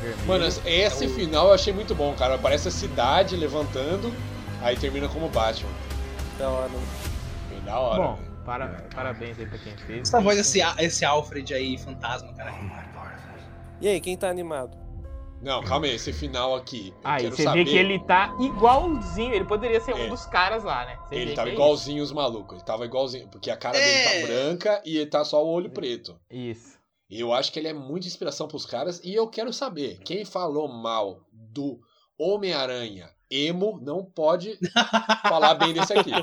Vermelho.
Mano, esse
Então-
final eu achei muito bom, cara. Aparece a cidade levantando, aí termina como Batman.
Da hora.
Bem da hora.
Bom,
velho.
para- parabéns aí pra quem fez.
Essa voz, é assim, esse, esse Alfred aí, fantasma, cara.
E aí, quem tá animado?
Não, calma aí, esse final aqui. Eu
Aí
quero
você
saber.
vê que ele tá igualzinho. Ele poderia ser
É.
um dos caras lá, né? Você
Ele tá
vê
tava
que é
igualzinho os malucos. Ele tava igualzinho. Porque a cara
É.
dele tá branca e ele tá só o olho preto.
Isso.
E eu acho que ele é muita inspiração pros caras. E eu quero saber, quem falou mal do Homem-Aranha emo não pode falar bem desse aqui.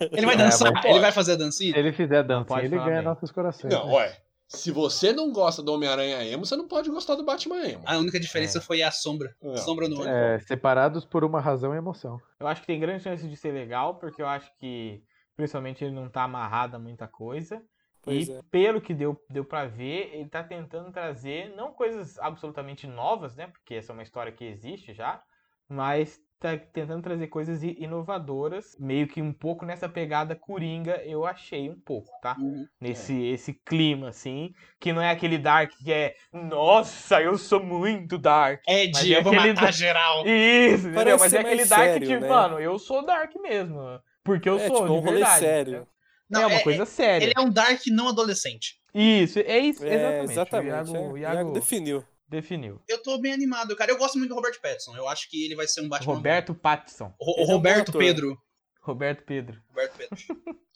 É Ele vai
É,
dançar,
mas
ele
pode.
vai fazer a
Se
dancinha.
ele fizer dança,
pode
ele
falar
ganha
bem.
nossos corações. né?
Não, ué. Se você não gosta do Homem-Aranha emo, você não pode gostar do Batman emo.
A única diferença
É.
foi a sombra.
Não.
Sombra no olho.
É, separados por uma razão e emoção.
Eu acho que tem grande chance de ser legal, porque eu acho que, principalmente, ele não tá amarrado a muita coisa.
Pois
e
é.
pelo que deu, deu para ver, ele tá tentando trazer não coisas absolutamente novas, né? Porque essa é uma história que existe já, mas tá tentando trazer coisas i- inovadoras, meio que um pouco nessa pegada coringa, eu achei um pouco, tá?
Uhum.
Nesse
É.
esse clima assim, que não é aquele dark que é, nossa, eu sou muito dark. Mas
Ed,
é
eu vou
aquele
matar geral.
Isso, entendeu?
Parece
Mas
ser
é aquele
mais
dark
sério,
que,
né?
mano, eu sou dark mesmo. Porque eu
É,
sou,
tipo, um
de
rolê
verdade.
sério.
entendeu?
Não,
é uma
é-
coisa séria.
Ele é um Dark não adolescente.
Isso, é isso,
É,
exatamente.
exatamente.
O Iago,
é.
o
O
Iago
Iago definiu.
definiu.
Eu tô bem animado, cara. Eu gosto muito do Robert Pattinson. Eu acho que ele vai ser um Batman.
Roberto Pattinson.
O, o
Ele é um bom
Roberto
ator.
Pedro.
Roberto Pedro.
Roberto Pedro.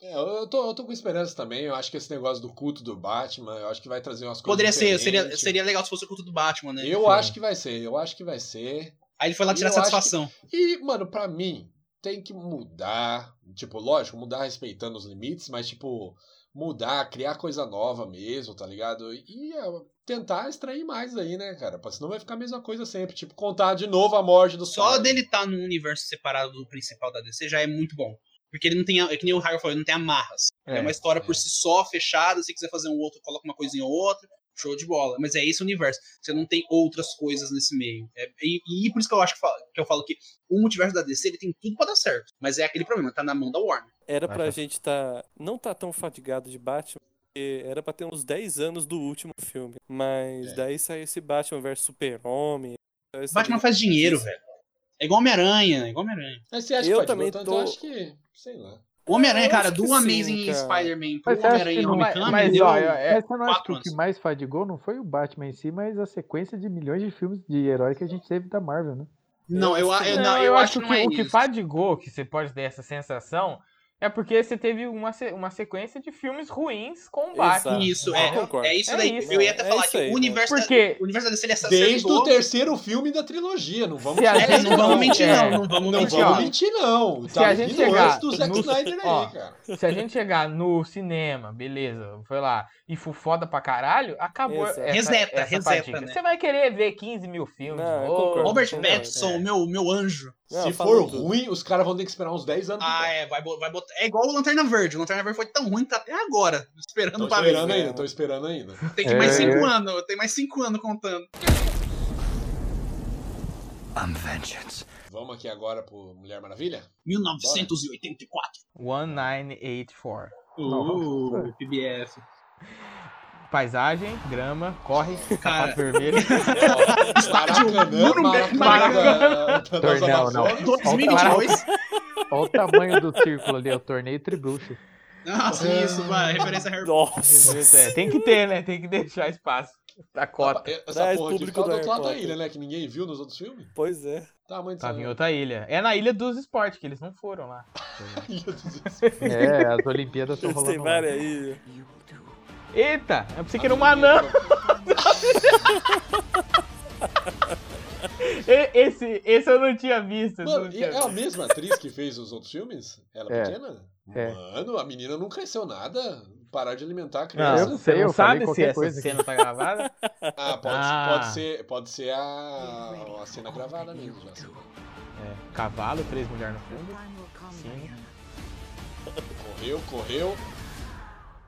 É, eu eu tô, eu tô com esperança também. Eu acho que esse negócio do culto do Batman, eu acho que vai trazer umas coisas.
Poderia ser, seria,
diferentes.
seria legal se fosse o culto do Batman, né?
Eu
Sim.
acho que vai ser, eu acho que vai ser.
Aí ele foi lá tirar
Eu acho
satisfação.
E, mano, pra mim, tem que mudar. Tipo, lógico, mudar respeitando os limites, mas, tipo, mudar, criar coisa nova mesmo, tá ligado? E é, tentar extrair mais aí, né, cara? Pra- Senão vai ficar a mesma coisa sempre. Tipo, contar de novo a morte do
Só
Superman.
dele estar num universo separado do principal da DC já é muito bom. Porque ele não tem, a- é que nem o Harry falou, ele não tem amarras. É, uma história por si só, fechada. Se quiser fazer um outro, coloca uma coisinha ou outra. Show de bola. Mas é esse o universo. Você não tem outras coisas nesse meio. É, e, e por isso que eu acho que, fa- que eu falo que o multiverso da DC ele tem tudo pra dar certo. Mas é aquele problema, tá na mão da Warner.
Era
Vai,
pra
cara.
gente tá. Não tá tão fatigado de Batman. porque Era pra ter uns 10 anos do último filme. Mas
É.
daí saiu esse Batman versus Super-Homem.
Batman faz dinheiro, velho. É igual Homem-Aranha, é igual Homem-Aranha.
Mas você acha
Eu
que pode
também
botar?
tô-
Eu acho que. Sei lá.
O Homem-Aranha,
Eu
cara,
acho
do
que sim,
Amazing
cara.
Spider-Man pro
Mas você acha
Homem-Aranha
que
e
não- é-
Homecoming,
mas,
deu...
ó, é-
Mas você não acha que
quatro
o que
anos.
mais fadigou não foi o Batman em si, mas a sequência de milhões de filmes de herói que a gente teve da Marvel, né?
Não, eu, a- eu, não, eu, acho que não
que
é
o que
isso.
fadigou, que você pode ter essa sensação, é porque você teve uma, se- uma sequência de filmes ruins com o Batman.
Exato.
Isso,
Eu
é,
concordo.
é isso
É
daí.
isso,
eu ia até
é
falar
isso
que
aí,
o universo, da,
Porque
o universo da Celeste
Desde o terceiro filme da trilogia, não vamos
Se a
É, não vamos mentir, não.
É.
Não vamos
Não
Porque,
mentir,
ó,
vamos
não.
mentir, não.
se
Tá
a gente
vindo
chegar
antes do Zack
no-
Snyder
ó,
aí, cara.
se a gente chegar no cinema, beleza, foi lá, e for foda pra caralho, acabou.
Exato.
Essa,
Reseta,
essa
reseta,
fadiga.
né?
Você vai querer ver 15 mil filmes.
Não, eu
de novo.
concordo.
Robert
Não,
Pattinson,
é.
meu, meu anjo.
Não,
Se
falou
for
tudo.
ruim, os caras vão ter que esperar uns 10 anos.
Ah, é, vai, bo- vai botar. É igual o Lanterna Verde. O Lanterna Verde foi tão ruim que tá até agora.
Tô
Esperando pra ver.
esperando
ver,
ainda,
né?
tô esperando ainda.
Tem que mais
É.
cinco anos. Tem mais cinco anos contando.
I'm vengeance.
Vamos aqui agora pro Mulher Maravilha?
1984.
1984.
Uh, PBF.
Paisagem, grama, corre,
Cara.
sapato vermelho.
Estádio
um né?
Nuremberg, Maracanã.
Maracanã, da- das
Torneio, não.
Amazonas.
2022.
Olha o tamanho do círculo ali, é o torneio tribruxo.
Nossa, isso, vai. Referência a Harry
Nossa.
É, tem que ter, né? Tem que deixar espaço. A cota.
Essa
Traz
porra aqui
É, público
fica do
do
outro lado da
Harry
ilha, né? Que ninguém viu nos outros filmes. Tá,
Pois é.
Tamanho dessa
Tava em outra ilha. É na ilha dos esportes, que eles não foram lá.
ilha dos-
É, as Olimpíadas estão
Eles têm
rolando. lá.
várias aí.
Eita! Eu pensei que era um anã. E- Esse, esse eu não tinha visto. esse eu não
Mano, e
tinha
é a
visto.
mesma atriz que fez os outros filmes? Ela
É.
pequena?
É.
Mano, a menina não cresceu nada. Parar de alimentar a
Não,
criança.
eu
você
sei,
não
eu falei
sabe se
qualquer
essa
coisa aqui.
cena tá gravada?
Ah, pode,
Ah.
pode ser, pode ser a, a cena gravada mesmo. Já. sei lá.
É, cavalo, três mulheres no fundo. Sim.
Correu, correu.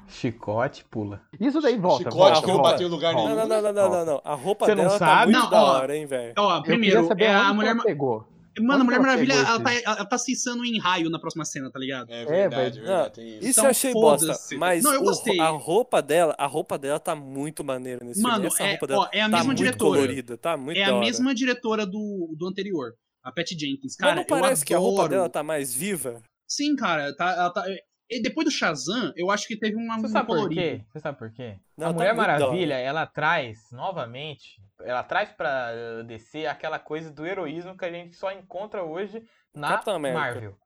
Chicote, pula.
Isso daí volta,
Chicote,
volta,
que não
volta.
bateu em lugar
Volta.
Não,
nenhum.
não, não, não, não, não, não. A roupa
Você não
dela
sabe?
tá muito
Não,
da
ó.
hora, hein, velho.
Ó,
Eu queria
primeiro,
saber
é
onde
a
que
Mulher
ela pegou.
Mano, a Mulher
ela
Maravilha,
pegou
ela tá,
esse-
ela tá cisando em raio na próxima cena, tá ligado?
É
É,
verdade,
velho.
verdade. Tem isso.
Isso
Então,
eu achei bosta,
foda-se.
mas
Não, eu
o-
gostei.
a roupa dela, a roupa dela tá muito maneira nesse
Mano,
filme. Essa
é,
roupa dela
ó, é a
tá
mesma
muito
diretora.
colorida, tá muito
É
da
a
hora.
mesma diretora do, do anterior, a Patty Jenkins.
Mas
Cara,
não parece
eu
que a roupa
adoro.
dela tá mais viva?
Sim, cara, tá, ela tá. e depois do Shazam, eu acho que teve uma.
Você
um
sabe por
colorido.
quê? Você sabe por quê?
Não,
a
tá
Mulher
muito da hora.
Maravilha, ela traz novamente, ela traz pra DC aquela coisa do heroísmo que a gente só encontra hoje na
Capitão América.
Marvel.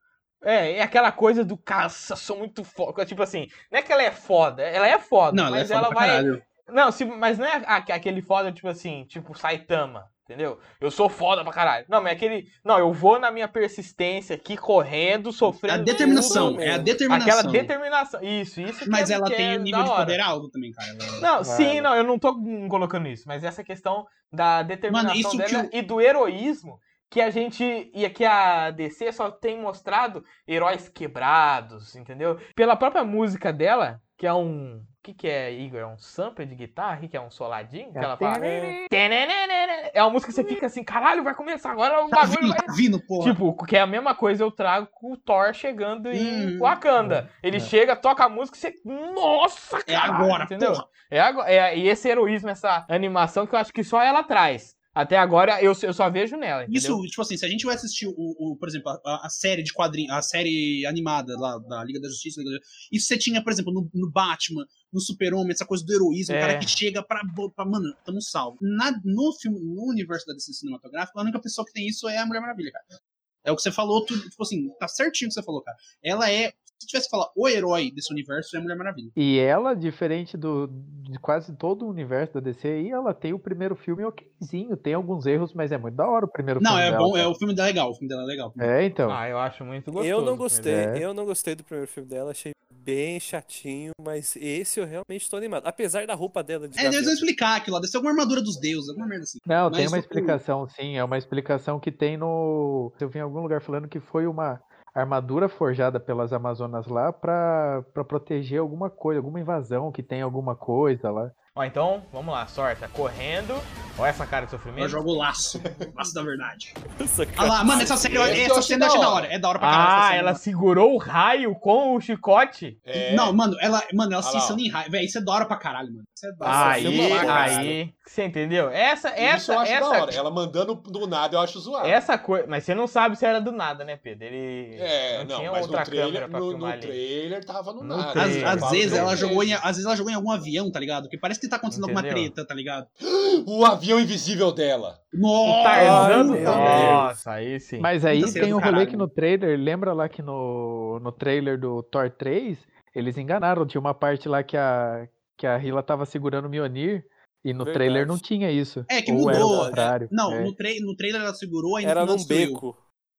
É, é aquela coisa do caça, sou muito foda. Tipo assim, não é que ela é foda, ela é foda,
Não,
mas
é
ela
foda pra
vai.
caralho.
Não, se, mas não é a- aquele foda, tipo assim, tipo Saitama, entendeu? Eu sou foda pra caralho. Não, mas é aquele. Não, eu vou na minha persistência aqui correndo,
A
sofrendo.
determinação,
tudo,
é a
mano.
determinação.
Aquela determinação. Isso, isso. que
Mas
é-
ela
que
tem
é
um
da
nível de
hora.
poder alto também, cara. Ela-
Não,
Vai,
sim,
vai.
não, eu não tô hum, colocando isso, mas essa questão da determinação
isso que
dela e do heroísmo que a gente. e que a DC só tem mostrado heróis quebrados, entendeu? Pela própria música dela, que é um. O que, que é, Igor? É um sample de guitarra? O que, que é um soladinho? Que
É
ela
até-
fala.
né?
É uma música que você fica assim, caralho, vai começar agora o
Tá
bagulho.
vindo,
Vai...
tá vindo, porra.
Tipo, que é a mesma coisa eu trago com o Thor chegando em
Hum.
Wakanda. Ele
É.
chega, toca a música e você. Nossa,
É
cara!
agora,
Tipo, entendeu?
porra.
É agora. É, e esse heroísmo, essa animação que eu acho que só ela traz. Até agora eu, eu só vejo nela. Entendeu?
Isso, tipo assim, se a gente vai assistir o, o- por exemplo, a, a série de quadrinhos, a série animada lá da Liga da Justiça, Liga da- isso você tinha, por exemplo, no, no Batman, no Super-Homem, essa coisa do heroísmo,
É.
o cara que chega pra, bo- pra mano, tamo salvo. Na, no filme, no universo da DC cinematográfica, a única pessoa que tem isso é a Mulher Maravilha, cara. É o que você falou, tudo, tipo assim, tá certinho o que você falou, cara. Ela é, se tivesse que falar o herói desse universo, é a Mulher Maravilha.
E ela, diferente do, de quase todo o universo da DC aí, ela tem o primeiro filme okzinho, tem alguns erros, mas é muito da hora o primeiro
Não,
filme
é
dela,
bom,
cara.
é o filme dela é legal, o filme dela é legal.
É, então.
Ah, eu acho muito gostoso.
eu não gostei,
é.
eu não gostei do primeiro filme dela, achei bem chatinho, mas esse eu realmente tô animado. Apesar da roupa dela de
É, eles
gaveta.
vão explicar aquilo lá, deve ser alguma armadura dos deuses, alguma merda assim.
Não, tem
Mas
uma
o-
explicação, sim. É uma explicação que tem no. Eu vi em algum lugar falando que foi uma armadura forjada pelas Amazonas lá pra pra proteger alguma coisa, alguma invasão que tem alguma coisa lá.
Ó, então, vamos lá, sorta. Correndo. Olha essa cara de
Eu
sofrimento.
jogo o laço. Laço da verdade.
Essa
Ah
cara-
lá, mano, essa cena,
Esse eu
essa
achei
cena eu
da
achei da
hora.
hora. É da hora pra caralho. essa
Ah,
cena.
ela segurou o raio com o chicote?
É,
Não, mano, ela, mano, ela
Ah
se
lá,
insana em raiva. Véi, isso é da hora pra caralho, mano. Isso é da hora.
Nossa,
aí,
filma lá, cara.
aí. Você entendeu? Essa,
isso
essa,
eu acho da hora.
essa,
Ela mandando do nada eu acho zoado.
essa coisa. Mas você não sabe se era do nada, né, Pedro? Ele.
É, não, mas no trailer,
pra
no, no
filmar ali.
trailer tava no,
No
nada.
Às,
trailer,
Eu
às
falo
vezes
três
ela jogou em,
vezes.
às vezes ela jogou em algum avião, tá ligado? Porque parece que tá acontecendo alguma
Entendeu?
treta, tá ligado?
O avião invisível dela.
O
Nossa!
Tarzan.
meu
Nossa, aí sim.
Mas aí
Muita cena
tem
do
o rolê
caralho. né?
que no trailer, lembra lá que no, no trailer do Thor 3, eles enganaram, tinha uma parte lá que a, que a Hila tava segurando o Mjolnir, e no
Verdade.
trailer não tinha isso.
É que
Ou era o
mudou.
contrário,
Não,
é.
no, trai- no trailer ela segurou, ainda
Era
não
num
destruiu.
beco.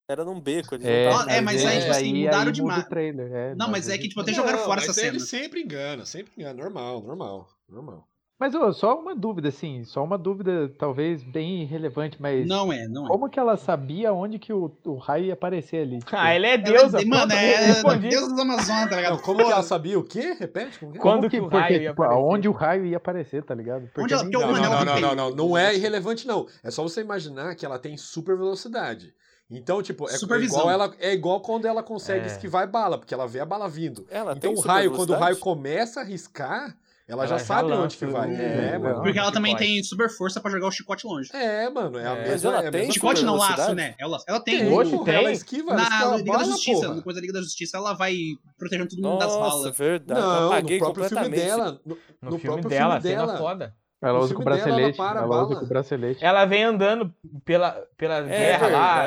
Era num beco. eles
É,
não tavam-
é, mas aí, tipo assim, mudaram
muda
demais.
o trailer, é,
Não, mas é
aí-
que, tipo, até jogaram
Não,
fora
mas é
essa cena.
Ele sempre engana, sempre engana. Normal, normal, normal.
Mas ô, só uma dúvida, assim, só uma dúvida talvez bem irrelevante, mas
Não é, não é.
como que ela sabia onde que o, o raio ia aparecer ali? Tipo,
Ah, ele é
Ela-
deusa.
mano,
pronto,
é
respondi.
Deus das Amazonas, tá ligado?
Não, como ela sabia o quê? Repete? Como que- é?
Quando que o
porque,
raio ia
tipo,
aparecer?
aonde o raio ia aparecer, tá ligado?
Onde ela-
nem
porque o
Não,
Mano,
não,
ela
não, não,
tem-
não, não, não é irrelevante, não. É só você imaginar que ela tem super velocidade. Então, tipo, é, é
Supervisão.
igual ela é igual quando ela consegue
É.
esquivar bala, porque ela vê a bala vindo.
Ela
Tá,
então
tem
o raio, quando o raio
supervelocidade?
começa a riscar, ela,
Ela
já,
já
sabe onde
lança
que vai.
o-
É,
o-
mano.
Porque ela também
chicote.
tem super força pra jogar o chicote longe.
É, mano, é
É.
a mesma.
Mas ela
é a
tem
mesma
Chicote não,
super
laço,
velocidade?
né? Ela, ela tem.
Tem,
o-
Hoje
porra,
tem.
Ela esquiva, ela esquiva
Na
a
Liga da
bala,
Justiça,
porra.
no coisa da Liga da Justiça, ela vai protegendo todo mundo um das
Nossa,
balas.
verdade. eu
Não,
apaguei
no próprio filme
completamente.
dela. No,
No,
no
filme
próprio
dela,
filme
cena
dela.
foda.
Ela
No
usa com o
filme dela, ela
bracelete.
para a
Ela, usa
bala.
com o bracelete.
Ela vem andando pela, pela guerra
É verdade, é
lá,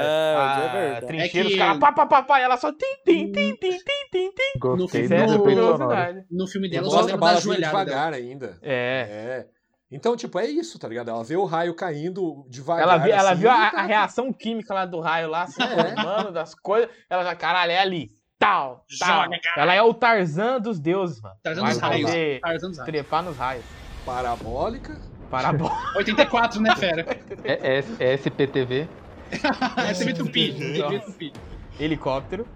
a
verdade.
trincheira,
É que-
os caras pá, pá, pá, pá, e ela só tim, tim, tim, tim, tim, tim, tim.
Gostei
no-
dessa
Fizeram
efeito sonora.
velocidade.
No filme
E
dela, só né?
mostra
lembra
a
da
bala vindo
joelhada dela.
devagar ainda.
É.
É. Então, tipo, é isso, tá ligado? Ela vê o raio caindo devagar.
Ela, vi- ela
assim,
viu a,
e tá-
a reação química lá do raio lá, se
É.
formando das coisas. Ela já, caralho, é ali. Tal, tal.
Joga, cara.
Ela é o Tarzan dos deuses, mano.
Tarzan
Vai
dos Tá raios.
fazer
Ah, os anos raros.
trepar nos raios.
assim, Parabólica.
Parabólica.
84, né, fera?
É, é, é SPTV.
Essa é Tupi.
Nossa. Helicóptero.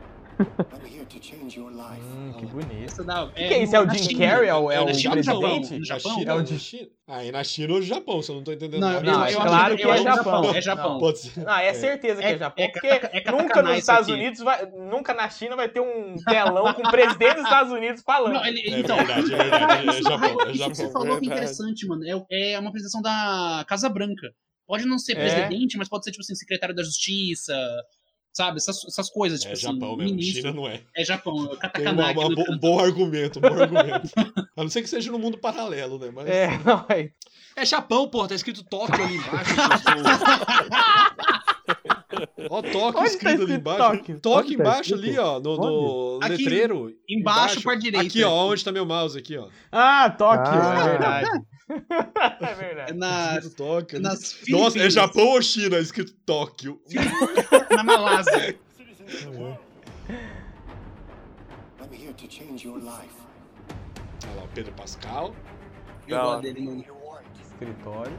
I'm here to change your life.
Hum, que bonito.
Essa da-
que é isso? É o
na
Jim
China.
Carrey? É o- é
na
o
China, no Japão,
presidente?
No
Na
Japão?
China, no China. Ah, e na China ou no Japão, se eu não tô entendendo.
Não,
nada.
eu,
Não,
eu,
é
eu
claro
acredito
que
eu
é
acho
Japão.
É Japão.
Pode ser.
Ah, é certeza que é,
É-
Japão,
é
porque
cata- é
nunca
katakana
nos
isso
Estados
aqui.
Unidos, vai, nunca na China vai ter um telão com o presidente dos Estados Unidos falando.
Não, ele-
É
então,
verdade, é verdade, é
isso-
Japão, é
isso que você
Japão.
falou que é
Verdade.
interessante, mano. É, é uma apresentação da Casa Branca. Pode não ser
É.
presidente, mas pode ser, tipo assim, secretário da Justiça, sabe? Essas, essas coisas, tipo
É
assim,
Japão mesmo,
ministro.
China não é.
É Japão, é
Tem uma-
Katakana.
uma
aqui
bo-
no-
um bom argumento, um bom argumento. A não ser que seja no mundo paralelo, né? Mas...
É, não, é.
É Japão, porra, tá escrito Tóquio ali embaixo. seu- Ó, Tóquio
Onde tá
escrito ali
escrito
embaixo. né?
Tóquio?
Tóquio,
Onde tá
embaixo
escrito?
ali, ó, no, no
Onde? Aqui,
letreiro.
Embaixo, pra direita.
Aqui, ó, onde tá meu mouse aqui, ó.
Ah, Tóquio,
Ah.
é verdade. é
É
verdade.
na,
Escrito Tóquio. ali.
nas
Nossa, é
Filipinas,
Japão ou China escrito Tóquio?
Na Malásia.
I'm here to change your life.
Olha lá, o Pedro Pascal.
Eu
Não.
gosto dele, mano.
Escritório.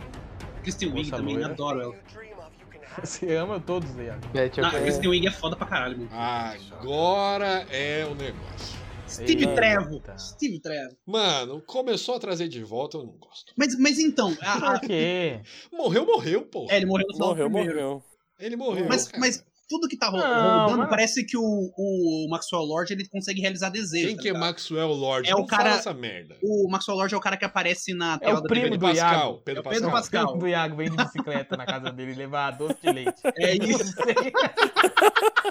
Kristen Wiig
Moça
também,
loira.
adoro ela.
Você ama todos aí, ó.
Beth, eu
Ah,
quero-
Kristen Wiig é foda pra caralho,
Ah,
mano.
Agora é o negócio.
Steve
Eita.
Trevo. Steve Trevo.
Mano, começou a trazer de volta, eu não gosto.
Mas, mas então, a- a-
Por Ah, quê?
Morreu, morreu, pô.
é, ele morreu no final do
Morreu,
primeiro.
morreu.
Ele morreu.
Mas,
cara.
É.
mas tudo que tá ro-
Não,
rodando,
mas-
parece que o, o Maxwell Lord ele consegue realizar desejos.
Quem
tá
que é
ligado?
Maxwell Lord?
É o
não fala
cara-
essa merda.
O Maxwell Lord é o cara que aparece na
É
tela
o
da
primo
TV.
do Iago.
Pedro
É o Pedro
Pascal.
O primo
Pascal.
do Iago vem de bicicleta na casa dele levar doce de leite.
É isso.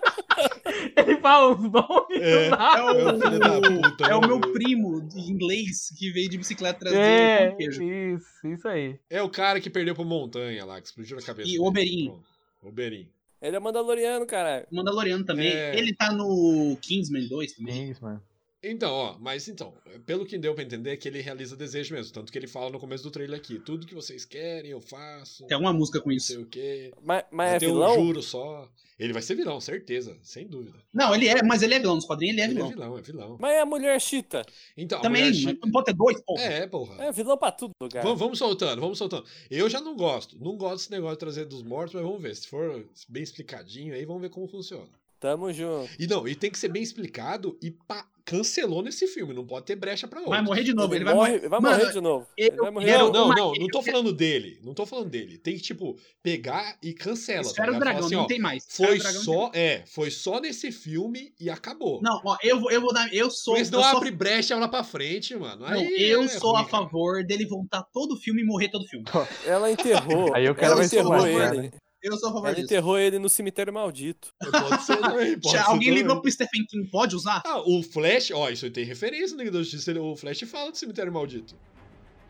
Ele fala uns nomes
É.
do nada.
É
É o filho da
o,
puta,
é o
né,
meu primo de inglês que veio de bicicleta trazer pão
É,
e queijo.
isso, isso aí.
É o cara que perdeu pro Montanha lá, que explodiu na cabeça.
E
dele.
Oberyn.
Pronto. Oberyn.
Ele é mandaloriano, caralho.
Mandaloriano também.
É.
Ele tá no Kingsman 2 também.
Kingsman.
Então, ó, mas então, pelo que deu pra entender é que ele realiza desejo mesmo. Tanto que ele fala no começo do trailer aqui: tudo que vocês querem, eu faço.
Tem alguma música com
Não
isso.
sei o quê.
Mas, mas
eu
é
tenho
vilão?
um juro só. Ele vai ser vilão, certeza, sem dúvida.
Não, ele é, mas ele é vilão. Nos quadrinhos ele é
Ele é
vilão.
vilão, é vilão.
Mas é a mulher chita.
Então, a
Também, é
mulher
mas
chita-
não pode ter dois, pô.
É, porra.
É vilão pra tudo, cara.
Vamos, vamos soltando, vamos soltando. Eu já não gosto. Não gosto desse negócio de trazer dos mortos, mas vamos ver. Se for bem explicadinho aí, vamos ver como funciona.
Tamo junto.
E não, e tem que ser bem explicado e pá, cancelou nesse filme, não pode ter brecha pra outro.
Vai morrer de novo, ele vai
morre,
morrer.
vai
Mano,
morrer de novo.
eu
Ele vai morrer de
quero-
Não,
novo.
não,
mas
não, não tô
eu-
falando dele, não tô falando dele. Tem que, tipo, pegar e cancela. tá
Esfera do
ligado? Fala
Dragão,
assim, ó,
não tem mais. Esfera
Foi
do Dragão não
só, é, foi só nesse filme e acabou.
Não, ó, eu vou, eu vou dar. Eu sou.
Mas não
eu sou-
abre brecha lá pra frente, mano.
não,
Aí
eu
é
sou
ruim,
a
cara.
favor dele voltar todo o filme e morrer todo o filme.
Ela enterrou.
Aí o cara
ela
vai ser
enterrou
mais,
né?
ele.
Eu sou a favor
Ela
disso.
um
enterrou ele no cemitério maldito.
Pode ser também, pode
Já,
ser
alguém
também.
ligou pro Stephen King, pode usar?
Ah, o Flash, ó, isso aí tem referência no Liga da Justiça. ele- O Flash fala do cemitério maldito.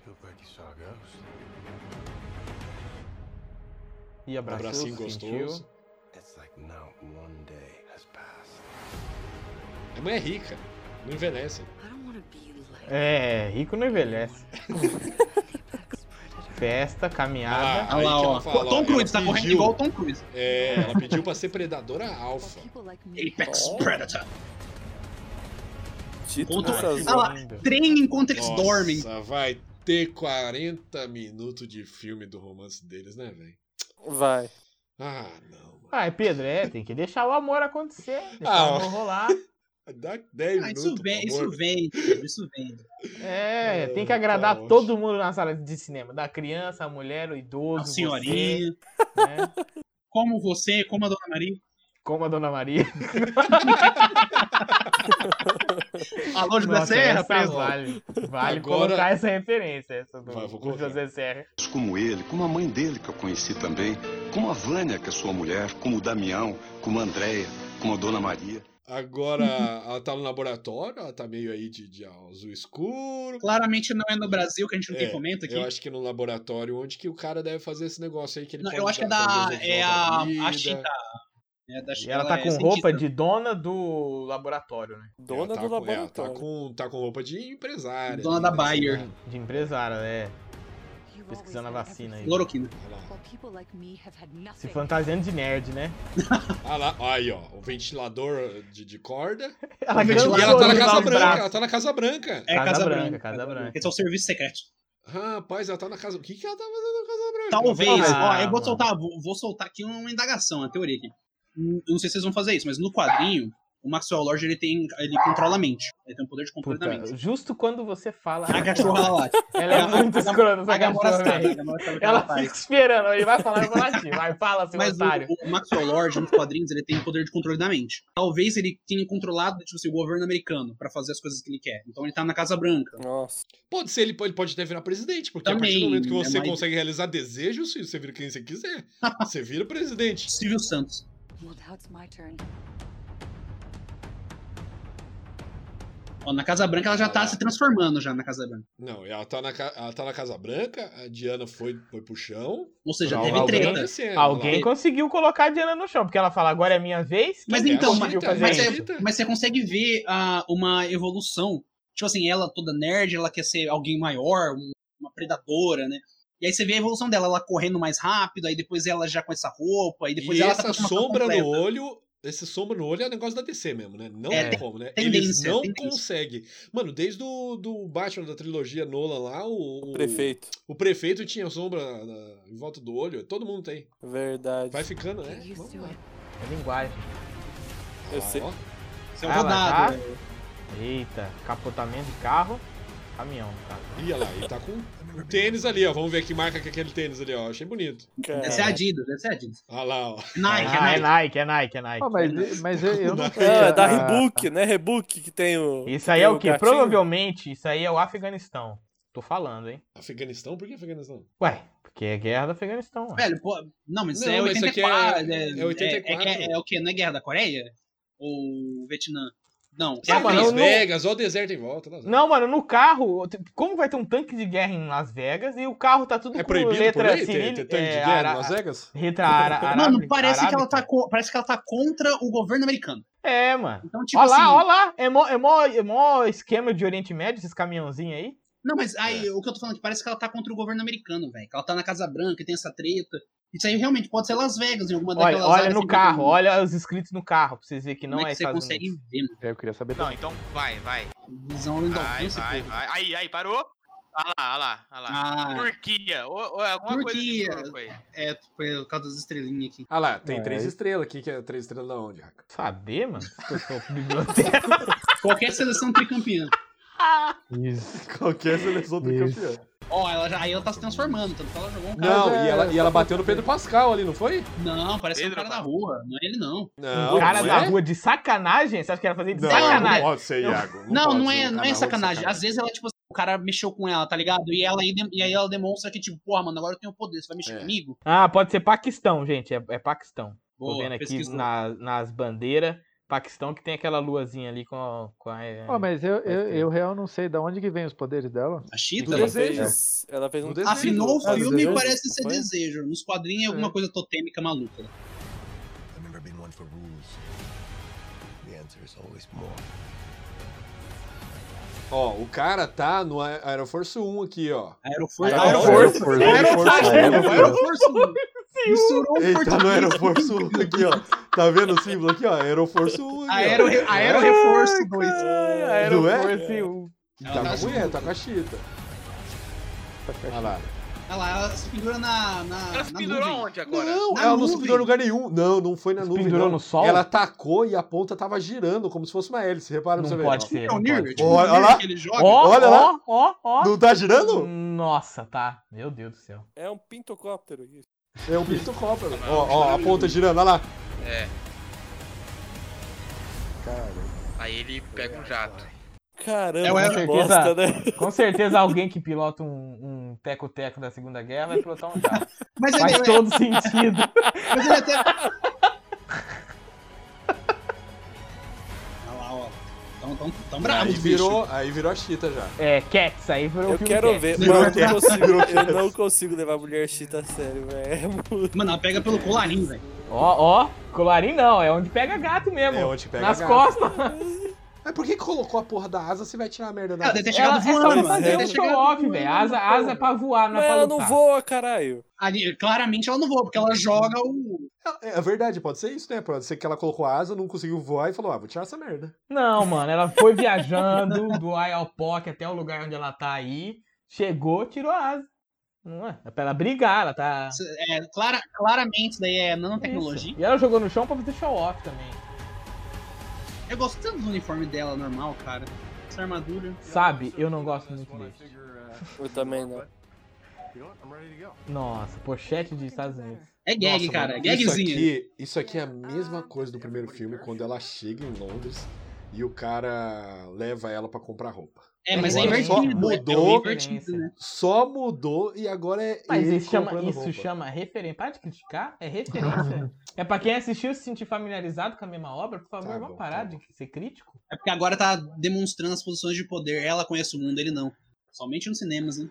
Looked like you saw a ghost.
E abraçou,
Abracinho
sentiu.
gostoso.
It's like not one day has passed.
A mãe é rica, não envelhece.
I don't want to be like
É, rico não envelhece. Festa, caminhada.
Ah, aí que ela fala, ó,
Tom Cruise, tá
ela
correndo
pediu-
igual o Tom Cruise.
É, ela pediu pra ser predadora alfa.
people like me.
Apex
Oh.
Predator.
Título
Conta-
dessas
Ah lá,
Tá lindo.
treina enquanto eles
Nossa,
dormem.
vai ter 40 minutos de filme do romance deles, né, velho?
Vai.
Ah, não. mano.
Ai, Pedro, é, tem que deixar o amor acontecer, deixar
Ah,
o
ó.
amor rolar.
Dá 10
Ah,
minutos,
isso vem,
por favor.
isso vem, Pedro, isso vem.
É,
É,
tem que
tá
agradar
ótimo.
todo mundo na sala de cinema. Da criança, a mulher, o idoso,
A senhorinha,
você, né?
como você, como a Dona Maria.
Como a Dona Maria.
Alô, José
Nossa,
Serra,
essa
preso.
vale. Vale
Agora-
colocar essa referência, essa do,
Vai,
do
vou colocar.
José Serra.
como ele, como a mãe dele que eu conheci também, como a Vânia, que é sua mulher, como o Damião, como a Andréia, como a Dona Maria.
Agora, ela tá no laboratório, ela tá meio aí de, de azul escuro.
Claramente não é no Brasil, que a gente não
É,
tem comenta aqui.
Eu acho que no laboratório, onde que o cara deve fazer esse negócio aí que ele
Não,
pode
eu acho que é da.
dar transfusão
É
da
a,
vida.
a Chita. É da
E
Chita,
ela tá
é
com
cientista.
roupa de dona do laboratório, né?
Ela
Dona
tá
do
com- é, ela
laboratório.
tá, com, tá com roupa de empresária.
Dona
né,
da
desse
Bayer.
cara.
De empresária, é.
You've
Pesquisando
always
a
had
vacina aí.
everything.
Cloroquina.
Olha lá.
While people like me have had
Se
nothing.
fantasiando de nerd, né?
Ah lá, aí ó, o ventilador de, de corda.
Ela
E
E
cansou
ela tá
de
na
usar
Casa
os
Branca,
braços.
ela tá na Casa Branca.
É
Casa
Casa,
Branca,
Branca,
Casa Branca.
Esse é o serviço secreto.
Rapaz, ela tá na Casa... O que que ela tá fazendo na Casa Branca?
Talvez,
Ah,
ó, eu vou
mano.
soltar, vou, vou soltar aqui uma indagação, uma teoria aqui. Hum, Eu não sei se vocês vão fazer isso, mas no quadrinho, o Maxwell Lord ele tem, ele controla a mente. Ele tem um poder de controle da mente.
Puta, justo quando você fala.
A cachorra lá late.
Ela é
a-
muito
a-
escrota,
A
essa
Gamora
cachorra.
sabe, a
velho.
Gamora sabe o que ela
Ela
faz.
fica esperando, ele vai falar, eu vou latir. Vai, fala, seu
Mas o,
otário.
o Maxwell Lord, nos quadrinhos, ele tem o poder de controle da mente. Talvez ele tenha controlado tipo assim, o governo americano pra fazer as coisas que ele quer. Então ele tá na Casa Branca.
Nossa.
Pode ser, ele pode, ele pode até virar presidente, porque a partir do
Também,
momento que você
é mais-
consegue realizar desejos, filho, você vira quem você quiser. Você vira presidente.
Silvio Santos.
Well, now it's my turn.
Ó, na Casa Branca ela já tá se transformando já na Casa Branca.
Não, ela tá na, ca- ela tá na Casa Branca, a Diana foi, foi pro chão.
Ou seja,
Não,
teve
alguém-
treta.
Alguém
conseguiu
conseguiu colocar a Diana no chão, porque ela fala, agora é minha vez.
Mas
Quem
então,
conseguiu
mas-
fazer
mas é-
isso?
Mas você consegue ver ah, uma evolução. Tipo assim, ela toda nerd, ela quer ser alguém maior, um- uma predadora, né? E aí você vê a evolução dela, ela correndo mais rápido, aí depois ela já com essa roupa, e depois
e
ela
essa
tá com uma capa
sombra
completa.
no olho, esse sombra no olho é um negócio da DC mesmo, né? Não
É,
tem como, né?
tendência,
Eles não
tendência.
conseguem. Mano, desde o do Batman da trilogia Nolan lá, o, o-
Prefeito.
o prefeito tinha sombra na- em volta do olho. Todo mundo tem.
Verdade.
Vai ficando, né?
Get used
Vamos
to
lá.
it.
É linguagem.
Eu
Ah,
sei.
ó.
Isso é um
Ah, ela
rodado.
tá? Eita, capotamento de carro, caminhão. Cara.
Ih, olha lá, ele tá com um tênis ali, ó. Vamos ver que marca que é aquele tênis ali, ó. Achei bonito.
Cara.
Essa é a Adidas, essa é a Adidas.
Olha lá, ó.
Nike,
ah,
é
é
Nike.
Nike, é Nike, é Nike.
Ah, mas, mas eu, eu não sei.
É, da
a-
Rebook, né? Rebook que tem o.
Ah. Isso aí
tem
é o quê?
gatinho.
Provavelmente isso aí é o Afeganistão. Tô falando, hein?
Afeganistão? Por que Afeganistão?
Ué, porque é guerra do Afeganistão. ué.
Velho, pô, não, mas isso
Não,
é
mas isso aqui é-
84.
é 84.
É, é, é o quê? Não é Guerra da Coreia? Ou Vietnã? Não, é
É
Ah,
a
mano,
Las
eu não-
Vegas, ó o deserto em volta. tá Las Vegas.
Não, mano, no carro, como vai ter um tanque de guerra em Las Vegas e o carro tá tudo
É
com
proibido por
letra
lei ter, ter
cirílica,
tanque de
é,
guerra
ara-
em Las Vegas?
letra ara-
Mano,
arábica-
parece que, ela
arábica.
tá co- parece que ela tá contra o governo americano.
É, mano.
Então, tipo
ó lá,
assim.
ó lá. É mó, é, mó, é mó esquema de Oriente Médio, esses caminhãozinhos aí.
Não, mas aí, o que eu tô falando é que parece que ela tá contra o governo americano, velho. Que ela tá na Casa Branca e tem essa treta. Isso aí realmente pode ser Las Vegas, em alguma daquelas
Olha, olha
áreas
no
assim,
carro,
como-
olha os inscritos no carro, pra vocês verem que não
Como
é,
é que você
Estados
consegue
Unidos.
ver, mano?
Eu É, queria saber.
então vai, vai.
Visão do alcance, pô.
vai. Aí, aí, parou. Ah lá, ah lá, ah lá.
Ah,
Turquia. Ou, ou é alguma
Turquia.
coisa de turco aí.
é, foi por causa das estrelinhas aqui.
Ah lá, tem
É,
três
aí-
estrelas aqui, que é três estrelas da onde, Raca?
Saber, mano? Eu sou biblioteca.
Qualquer seleção tricampeã.
Isso.
Qualquer seleção do
Isso.
campeão.
Ó, ela já, aí ela tá se transformando, tanto que ela jogou um cara.
Não,
Mas
e,
é-
ela, e ela bateu no Pedro Pascal ali, não foi?
Não, parece
Pedro,
um cara da
cara.
rua, não é ele não.
Não,
O cara
não
da
é?
rua de sacanagem? Você acha que era fazer de
Não,
sacanagem?
não pode ser, Iago.
Não,
pode
não
ser,
é,
um
não
cara
é
da rua de
sacanagem. Às vezes ela, tipo assim, o cara mexeu com ela, tá ligado? E ela aí, dem- e aí ela demonstra que, tipo, porra, mano, agora eu tenho poder, você vai mexer
É.
comigo?
Ah, pode ser Paquistão, gente. É, é Paquistão. Tô
Boa,
vendo aqui
pesquisou.
na- nas bandeiras. Paquistão que tem aquela luazinha ali com a. Com a é,
Ó, mas eu, eu,
ter.
eu real não sei da onde que vem os poderes dela.
A Chita?
Do
Ela
desejo.
fez, ela fez um
Do desejo.
Afinou o
Ah,
filme
desejo,
e parece
não
ser
foi?
desejo. Nos quadrinhos é alguma coisa totêmica maluca.
I've never been one for rules. The answer is always more.
Ó, o cara tá no Aer- Air Force 1 aqui, ó.
Aeroforce.
Aero
Aeroforce.
um.
Force.
Aeroforce.
Aero
Aeroforce.
um.
Misturou o
Ele tá
português.
no Air Force 1 aqui, ó. Tá vendo o símbolo aqui, ó? Air Force 1 aqui, ó.
Aero, Aero Reforço 2.
um
Não é?
Ela
Tá com
tá
a mulher,
junto.
tá com a Chita.
Tá
Olha lá.
Olha lá, ela se pendura na. na
Ela
na
se pendurou
nuvem.
aonde agora?
Não,
Na
ela não se
nuvem.
pendurou em lugar nenhum. Não, não foi na
Se
nuvem.
pendurou
não.
no sol?
Ela atacou e a ponta tava girando, como se fosse uma hélice. Repara pra você
Não
ver.
pode
Ó.
ser.
É o
Não
Nir,
pode
tipo,
ser.
o
Olha
Nir
lá.
que ele joga.
Ó,
Olha
ó, ó, ó.
Não tá girando?
Nossa, tá. Meu Deus do céu.
É um pintocóptero. isso.
É um pintocóptero.
Não, tá
Ó, ó, a ponta girando, olha lá.
É.
Cara,
Aí ele pega um jato.
Caramba,
É uma
que
certeza.
bosta, né?
Com certeza alguém que pilota um um teco-teco da Segunda Guerra vai pilotar um jato.
Mas é ele,
Faz
ele-
todo sentido.
mas ele até. Olha lá, ó. Tão, tão, tão bravo,
aí virou, aí virou a Chita já.
É, Cats, aí foi o
Eu
filme
quero
Cats.
ver.
Virou
Mano, eu,
quieto,
não consigo,
virou
eu
quieto.
não consigo levar mulher chita a tá sério, velho.
Mano, ela pega pelo colarinho, velho.
Ó, ó, colarinho não, é onde pega gato mesmo.
É onde pega
Nas
gato.
costas.
Mas por que colocou a porra da asa se vai tirar a merda da
Ela
asa?
deve ter
Ela
chegado
é só pra
voando, mano.
Tá
fazer
Deve
um
ter chegado
show-off,
voando,
velho. Asa, asa é pra voar, não
Mas
é pra
ela não
lutar.
voa, caralho.
Ali, claramente ela não voa, porque ela joga o.
É é verdade, pode ser isso, né? Pode ser que ela colocou a asa, não conseguiu voar e falou, ah, vou tirar essa merda.
Não, mano, ela foi viajando do Ayalpoc até o lugar onde ela tá aí, chegou, tirou a asa. Não é? É pra ela brigar, ela tá...
É, clara, claramente isso daí é nanotecnologia.
Isso. E ela jogou no chão pra fazer show-off também.
Eu gosto tanto do uniforme dela normal, cara. Essa armadura.
Sabe, eu não gosto muito desse.
Eu também não.
Nossa, pochete dos Estados Unidos.
É gag,
Nossa,
cara.
mano,
Gagzinha.
Isso aqui, isso aqui é a mesma coisa do primeiro filme, quando ela chega em Londres e o cara leva ela pra comprar roupa.
É, mas é
Agora
invertido.
só
né?
mudou.
É invertido, né?
Só mudou e agora é
Mas
ele
isso chama,
comprando
isso
roupa.
chama referência. Para de criticar, é referência. é pra quem assistiu se sentir familiarizado com a mesma obra, por favor,
Tá
vamos
bom,
parar
tá bom.
de ser crítico.
É porque agora tá demonstrando as posições de poder. Ela conhece o mundo, ele não. Somente nos cinemas, né?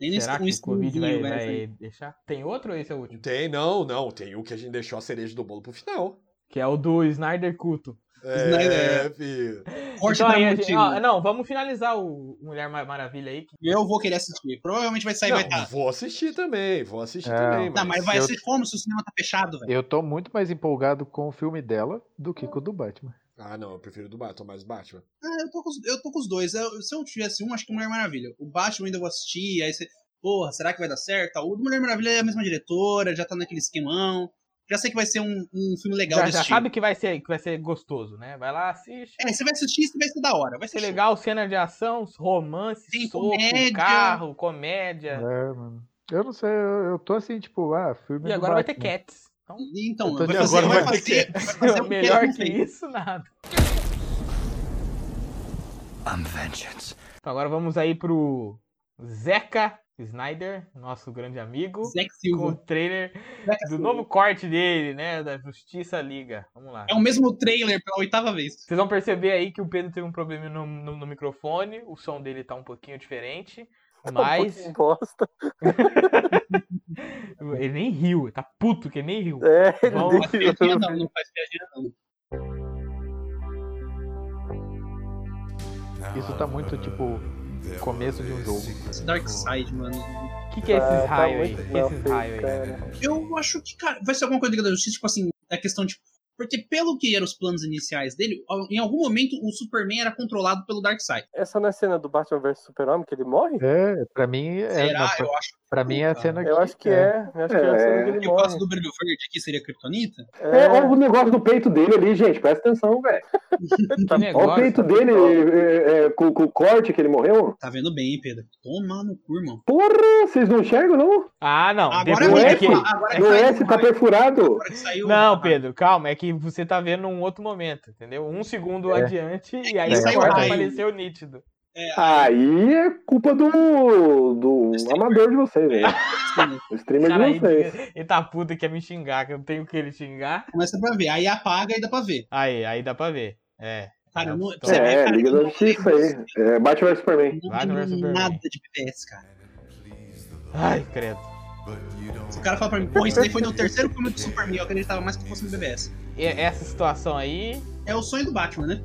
Nem no
Será
est-
que
um
o Covid vai,
estúdio,
vai
velho.
deixar? Tem outro ou esse é o último?
Tem, não, não. Tem o que a gente deixou a cereja do bolo pro final.
Que é o do Snyder Culto.
É, filho.
Corte
Então
pra um
aí a gente-
motivo.
ó, não, vamos finalizar o Mulher Ma- Maravilha aí. que-
Eu vou querer assistir. Provavelmente vai sair, vai
Não,
estar.
vou assistir também, vou assistir
É.
também.
Tá, mas vai
eu-
ser como se o cinema tá fechado, velho?
Eu tô muito mais empolgado com o filme dela do que com o do Batman.
Ah, não, eu prefiro do Batman, mais Batman.
Ah, eu tô com os, eu tô com os dois. Eu- se eu tivesse um, acho que Mulher Maravilha. O Batman ainda eu vou assistir, aí você. Porra, será que vai dar certo? O do Mulher Maravilha é a mesma diretora, já tá naquele esquemão. Já sei que vai ser um, um filme legal
Já,
de
já
assistir.
sabe que vai, ser, que vai ser gostoso, né? Vai lá, assiste.
É, você vai assistir isso vai ser da hora. Vai
Vai ser
ser
legal, cena de ação, romance,
Tem
soco,
comédia.
carro, comédia.
É, mano. Eu não sei, eu, eu tô assim, tipo, ah, filme
E
do
agora vai ter
Batman.
Cats. Então,
Então,
Eu tô
vai
de
fazer,
agora
vai
vai ter
fazer, vai fazer um
melhor
não
que
sei.
isso, nada.
I'm vengeance.
Então agora vamos aí pro Zeca Snyder, nosso grande amigo,
Zack
com o
Silva.
trailer
Zack
do
Silva.
novo corte dele, né, da Justiça Liga. Vamos lá.
É o mesmo trailer pela oitava vez.
Vocês vão perceber aí que o Pedro teve um problema no, no- no microfone, o som dele tá um pouquinho diferente, mas
Bosta.
ele nem riu, tá puto que ele nem riu.
É,
Bom,
Não faz piadinha, não, não faz piadinha, não.
Isso tá muito, tipo, começo de um jogo.
Esse Darkseid, mano.
O que, que é esses
tá
raios aí?
muito
Que esses
mal
raios aí?
Eu acho que, cara, vai ser alguma coisa da Liga da Justiça, tipo assim, a questão, tipo, Porque pelo que eram os planos iniciais dele, em algum momento o Superman era controlado pelo Darkseid.
Essa não é a cena do Batman vs Superman que ele morre?
É, pra mim é.
Será?
não, pra,
Eu acho
pra mim é a
não.
cena
Eu acho que é. Eu acho que é a cena que
que
ele
por causa
morre.
do brilho verde aqui seria Kryptonita.
É,
É, olha o negócio do peito dele ali, gente. Presta atenção, velho.
Que
Olha o peito dele é, é, com, com o corte que ele morreu.
Tá vendo bem, hein, Pedro? Toma no cu, irmão.
Porra, vocês não enxergam, não?
Ah, não.
Agora
depois
é
é que...
mesmo,
agora
No
saiu
S tá
é.
mais.
perfurado.
Agora que saiu-
Não, Pedro, calma. É que você tá vendo um outro momento, entendeu? Um segundo
É.
adiante e aí
que
o
saiu
quarto
raio.
apareceu nítido.
Aí é culpa do, do amador de vocês, velho. O streamer
Cara,
de
ele,
vocês.
ele tá puto e quer me xingar, que eu não tenho o que ele xingar.
Começa pra ver. Aí apaga e dá pra ver.
Aí, aí dá pra ver. É.
Cara, eu não,
É,
você vê,
É,
cara,
Liga
eu
da
um
não
Justiça
lembro-
aí. É, Batman vs Superman.
Não
Batman vs
lembro
Superman.
nada de BBS, cara.
Ai, credo.
Se o cara fala pra mim, pô, isso daí foi no terceiro filme do Superman, eu acreditava mais que fosse no BBS.
E essa situação aí
É o sonho do Batman, né?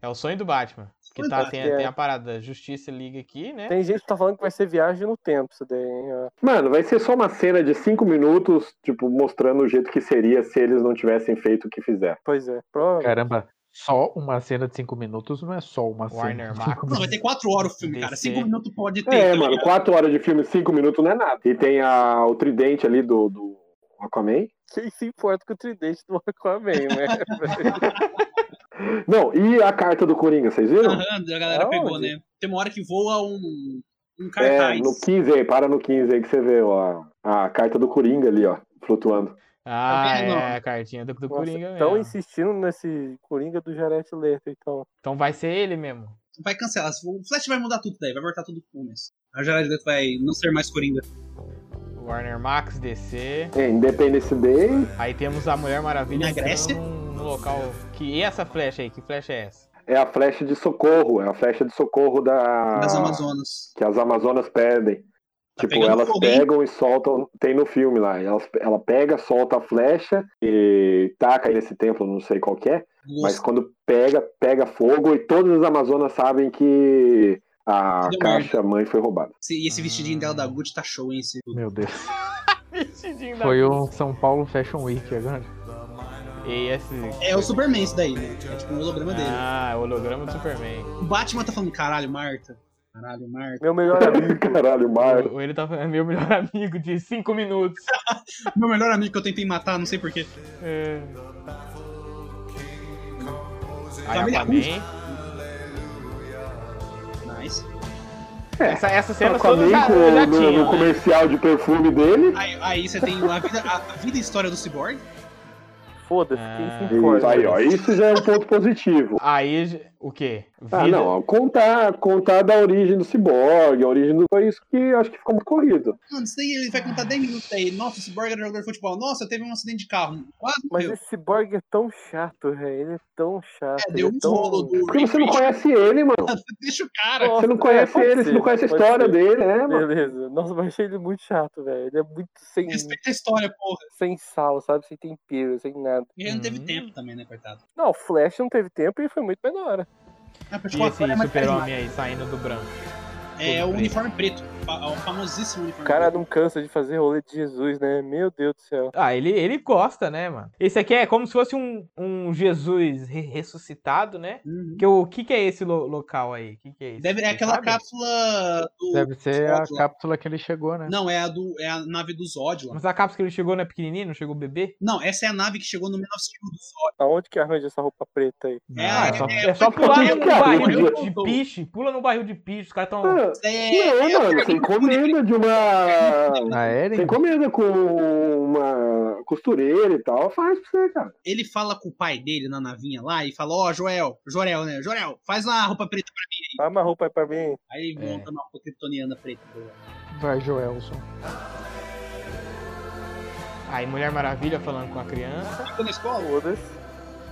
é o sonho do Batman. Que
Sonho
tá,
do
tem,
Batman.
tem a parada da Justiça Liga aqui, né?
é, Tem gente que tá falando que vai ser viagem no tempo, isso daí. hein? ó.
Mano, vai ser só uma cena de cinco minutos, tipo, mostrando o jeito que seria se eles não tivessem feito o que fizeram.
Pois é, provavelmente.
Caramba, só uma cena de cinco minutos não é só uma
Warner
cena. de
Max.
cinco
Não, vai ter quatro horas o filme, cara.
DC.
Cinco minutos pode ter.
É,
tá
mano,
ligado?
quatro horas de filme, cinco minutos não é nada. E tem a- o tridente ali do, do Aquaman.
Quem se importa com o tridente do Aquaman, né?
Não, e a carta do Coringa, vocês viram?
Aham, a galera
Aonde?
pegou, né? Tem uma hora que voa um, um
É,
cartaz.
no 15 aí, para no 15 aí que você vê ó, a, a carta do Coringa ali, ó, flutuando.
Ah,
vendo?
é, a cartinha do, do
Nossa,
Coringa
tão
mesmo.
insistindo nesse Coringa do Jarete Leto, então.
Então vai ser ele mesmo.
Vai cancelar. O Flash vai mudar tudo daí, vai voltar tudo pro começo. A Jared Leto vai não ser mais Coringa.
Warner Max, DC.
É, Independence Day,
Aí temos a Mulher Maravilha
Na
entrando
Grécia?
num local. Que... E essa flecha aí? Que flecha é essa?
é a flecha de socorro, é a flecha de socorro da...
Das Amazonas.
que as Amazonas pedem.
Tá
tipo,
pegando
elas
fogo, hein?
pegam e soltam. Tem no filme lá. Elas, ela pega, solta a flecha e taca aí nesse templo, não sei qual que é. Mas
Nossa,
quando pega, pega fogo e todas as Amazonas sabem que a
Deu
caixa mãe foi roubada.
esse- E esse vestidinho dela da Gucci tá show, hein? Esse...
Meu Deus.
Vestidinho da-
Foi um São Paulo Fashion Week agora.
E esse.
É o Superman isso daí, né? É tipo um holograma dele.
Ah, o holograma do Superman.
O Batman tá falando, caralho, Marta. Caralho, Marta.
Meu melhor amigo.
Caralho, Mario.
Ou ele tá falando, meu melhor amigo de 5 minutos.
Meu melhor amigo que eu tentei matar, não sei porquê.
É. Aí
Tá meio
Aquaman.
Nice.
É,
Essa, essa cena toda eu
Aquaman
já,
com,
eu já
tá no,
tinha.
no comercial de perfume dele.
Aí, aí você tem a vida, a vida e história do Cyborg.
Foda-se,
Ah.
quem se
Isso,
importa.
aí, ó, isso já é um ponto positivo.
Aí, j- o quê?
Ah,
Vida-
não, ó, contar, contar da origem do ciborgue, a origem do. Foi isso que eu acho que ficou muito corrido.
Mano, isso daí ele vai contar 10 minutos aí. Nossa, o Cyborg era jogador de futebol. Nossa, teve um acidente de carro. Quase
Mas
morreu.
esse cyborg é tão chato, velho. Ele é tão chato.
É,
ele
deu
é
um
tão...
rolo do
Porque você não conhece ele, mano.
Deixa o cara.
Você não
Nossa,
conhece
é,
ele, você não
pode
conhece a
ser,
história
pode
dele, né,
ser.
mano?
Beleza. Nossa, mas achei ele muito chato, velho. Ele é muito sem,
Respeita a história, porra.
sem sal, sabe? Sem tempero, sem nada.
Ele não teve
Hum.
tempo também, né, coitado?
Não, o Flash não teve tempo e foi muito melhor.
Ah, pra te
E
falar, é
esse
mais
super-homem aí saindo do branco.
carismático. É o uniforme preto. Fa- O famosíssimo
O
uniforme
cara
preto.
não cansa de fazer rolê de Jesus, né? Meu Deus do céu.
Ah, ele, ele gosta, né, mano? Esse aqui é como se fosse um, um Jesus re- ressuscitado, né?
Uhum.
Que, o que, que é esse lo- local aí? Que que é, isso?
Deve, é
Vocês
aquela
sabem?
cápsula do.
Deve ser a
Zod lá.
cápsula que ele chegou, né?
Não, é a, do, é a nave do Zod lá.
Mas a cápsula que ele chegou não é pequenininha, não chegou bebê?
Não, essa é a nave que chegou no Man of Steel do Zod.
Aonde que arranja essa roupa preta aí?
É,
Ah, é
é,
só,
é,
é só
foi-
pular
foi-
no
foi-
barril
foi-
de piche. Pula no barril de piche. Os caras tão.
Ah,
É,
Não, mano, você encomenda de uma.
A
Você
Eren?
encomenda com uma costureira e tal, faz pra você, cara.
ele fala com o pai dele na navinha lá e fala: Ó, Joel, Jorel, né? Jorel, faz uma roupa preta pra mim.
Arma a roupa aí pra mim.
Aí
É.
monta uma roupa kryptoniana preta. pra ele.
Vai, Joelson.
Aí Mulher Maravilha falando com a criança.
Ficou na escola?
Foda-se.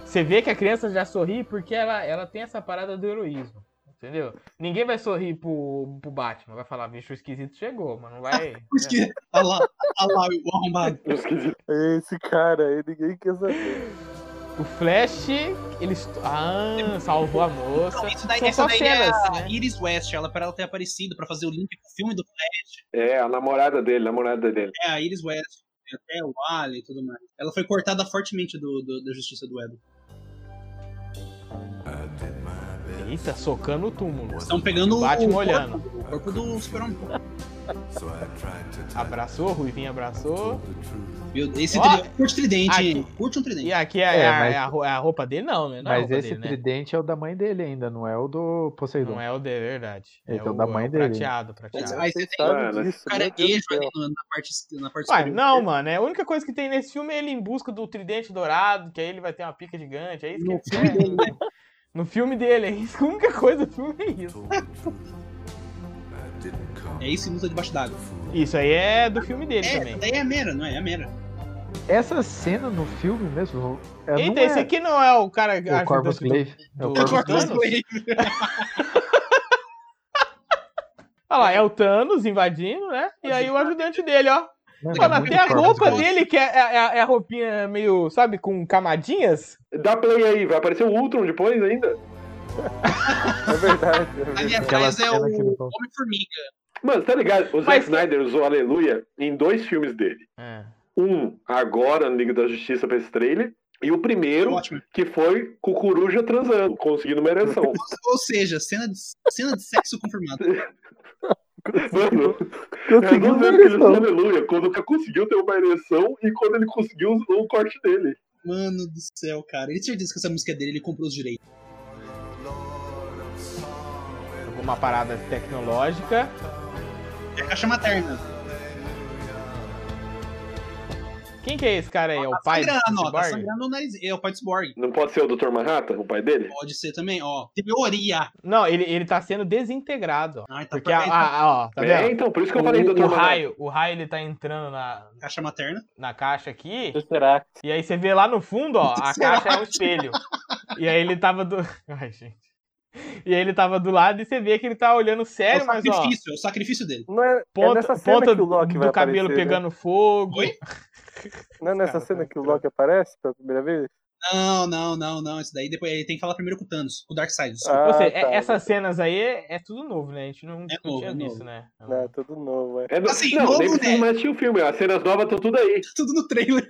Você vê que a criança já sorri porque ela, ela tem essa parada do heroísmo. Entendeu? Ninguém vai sorrir pro, pro Batman. Vai falar, bicho, o esquisito chegou, mas não vai.
Por isso que. Olha lá, olha lá o arrombado.
Esse cara aí, ninguém quer saber.
né? O Flash, ele est- ah, salvou a moça.
Não, isso daí,
São
essa
só
daí é
cenas,
a
né?
Iris West, ela para ela ter aparecido pra fazer o link pro filme do
É, a namorada dele, a namorada dele.
é a Iris West. tem até o Alien e tudo mais. Ela foi cortada fortemente do, do- da justiça do Web.
Eita, socando o túmulo.
Estão pegando o,
Batman
corpo,
olhando.
o corpo do Superman.
Abraçou, o Ruivinho abraçou.
Meu, Esse
Ó,
tridente, curte tridente,
aqui.
hein? Curte um tridente.
E aqui é,
É,
a,
mas-
é a ro- é a roupa dele, não, né? Não é a
Mas
roupa
esse
dele, né?
tridente é o da mãe dele ainda, não é o do Poseidon.
Não é o de verdade.
Esse é
é
o da mãe dele.
Prateado, prateado.
Aí você tem um
Cara,
o
isso,
caranguejo ali na, na parte, na parte
Ué,
superior.
não, mano. É a única coisa que tem nesse filme é ele em busca do tridente dourado, que aí ele vai ter uma pica gigante. É isso que
No
ele quer. No filme dele, é isso. A única coisa do filme é isso.
É isso e luta debaixo d'água.
Isso aí é do filme dele
É,
também.
daí é a Mera, não é? É a Mera.
Essa cena no filme mesmo. é- não
Eita,
é
esse aqui não é o cara
O Corvus
ajudante do-
Glaive. É o
do-
Corvus
Corvus
Então,
Glaive.
Glaive. Olha lá, é o Thanos invadindo, né? E aí o ajudante dele, ó.
Mano,
Mano,
é muito
até a
Corvus
roupa
Glaive.
dele, que é, é- é- é a roupinha meio, sabe, com camadinhas.
Dá play aí, vai aparecer o Ultron depois ainda.
É verdade. é
Ali
verdade.
atrás é o
cena que ele coloca.
Homem-Formiga.
Mano, tá ligado? O Zack
Mas-
Snyder usou Aleluia em dois filmes dele.
É.
Um, agora, no Liga da Justiça pra esse trailer. E o primeiro,
é Ótimo.
que foi com coruja transando, conseguindo uma ereção.
Ou seja, cena de, cena de sexo confirmada.
Mano, eu
É,
Conseguiu
não
uma
lembro que ele
então.
ereção.
usou Aleluia quando nunca conseguiu ter uma ereção e quando ele conseguiu o corte dele.
Mano do céu, cara. Ele tinha certeza que essa música é dele, ele comprou os direitos.
Uma parada tecnológica.
É a caixa materna.
Quem que é esse cara aí? É o pai do
Sangrando, ó. Tá
Cyborg?
sangrando o nariz. É o pai do Cyborg.
Não pode ser o Dr. Manhattan, o pai dele?
Pode ser também, ó. Teoria.
Não, ele, ele tá sendo desintegrado. ó.
Ai, tá
Porque a,
aí,
a- a- ó, tá
é,
vendo?
então, por isso que eu falei do
O,
Dr.
o
Manhattan.
raio, o raio ele tá entrando na,
tá. Caixa materna.
na caixa aqui.
Será que
E aí você vê lá no fundo, ó, a
Será?
caixa é um espelho. E aí ele tava do. Ai, gente. E aí ele tava do lado e você vê que ele tá olhando
É
sério,
o
mas ó,
sacrifício, é o sacrifício dele.
não é, é
ponta,
nessa cena
ponta
que o Loki vai
do cabelo
aparecer, né?
pegando fogo.
Oi?
Não é nessa
Cara,
cena
tá
que o Loki aparece pela primeira vez?
Não, não, não, não. Isso daí depois ele tem que falar primeiro com o Thanos, com o Darkseid. desculpa.
Ah,
Ou seja, é-
tá.
essas cenas aí é, é tudo novo, né? A gente não discutia
novo, é novo.
disso, né?
Não, é tudo novo. É.
É do...
Assim,
não,
novo,
nem
né?
precisa mais assistir o filme, as cenas novas estão tudo aí.
Tudo no trailer.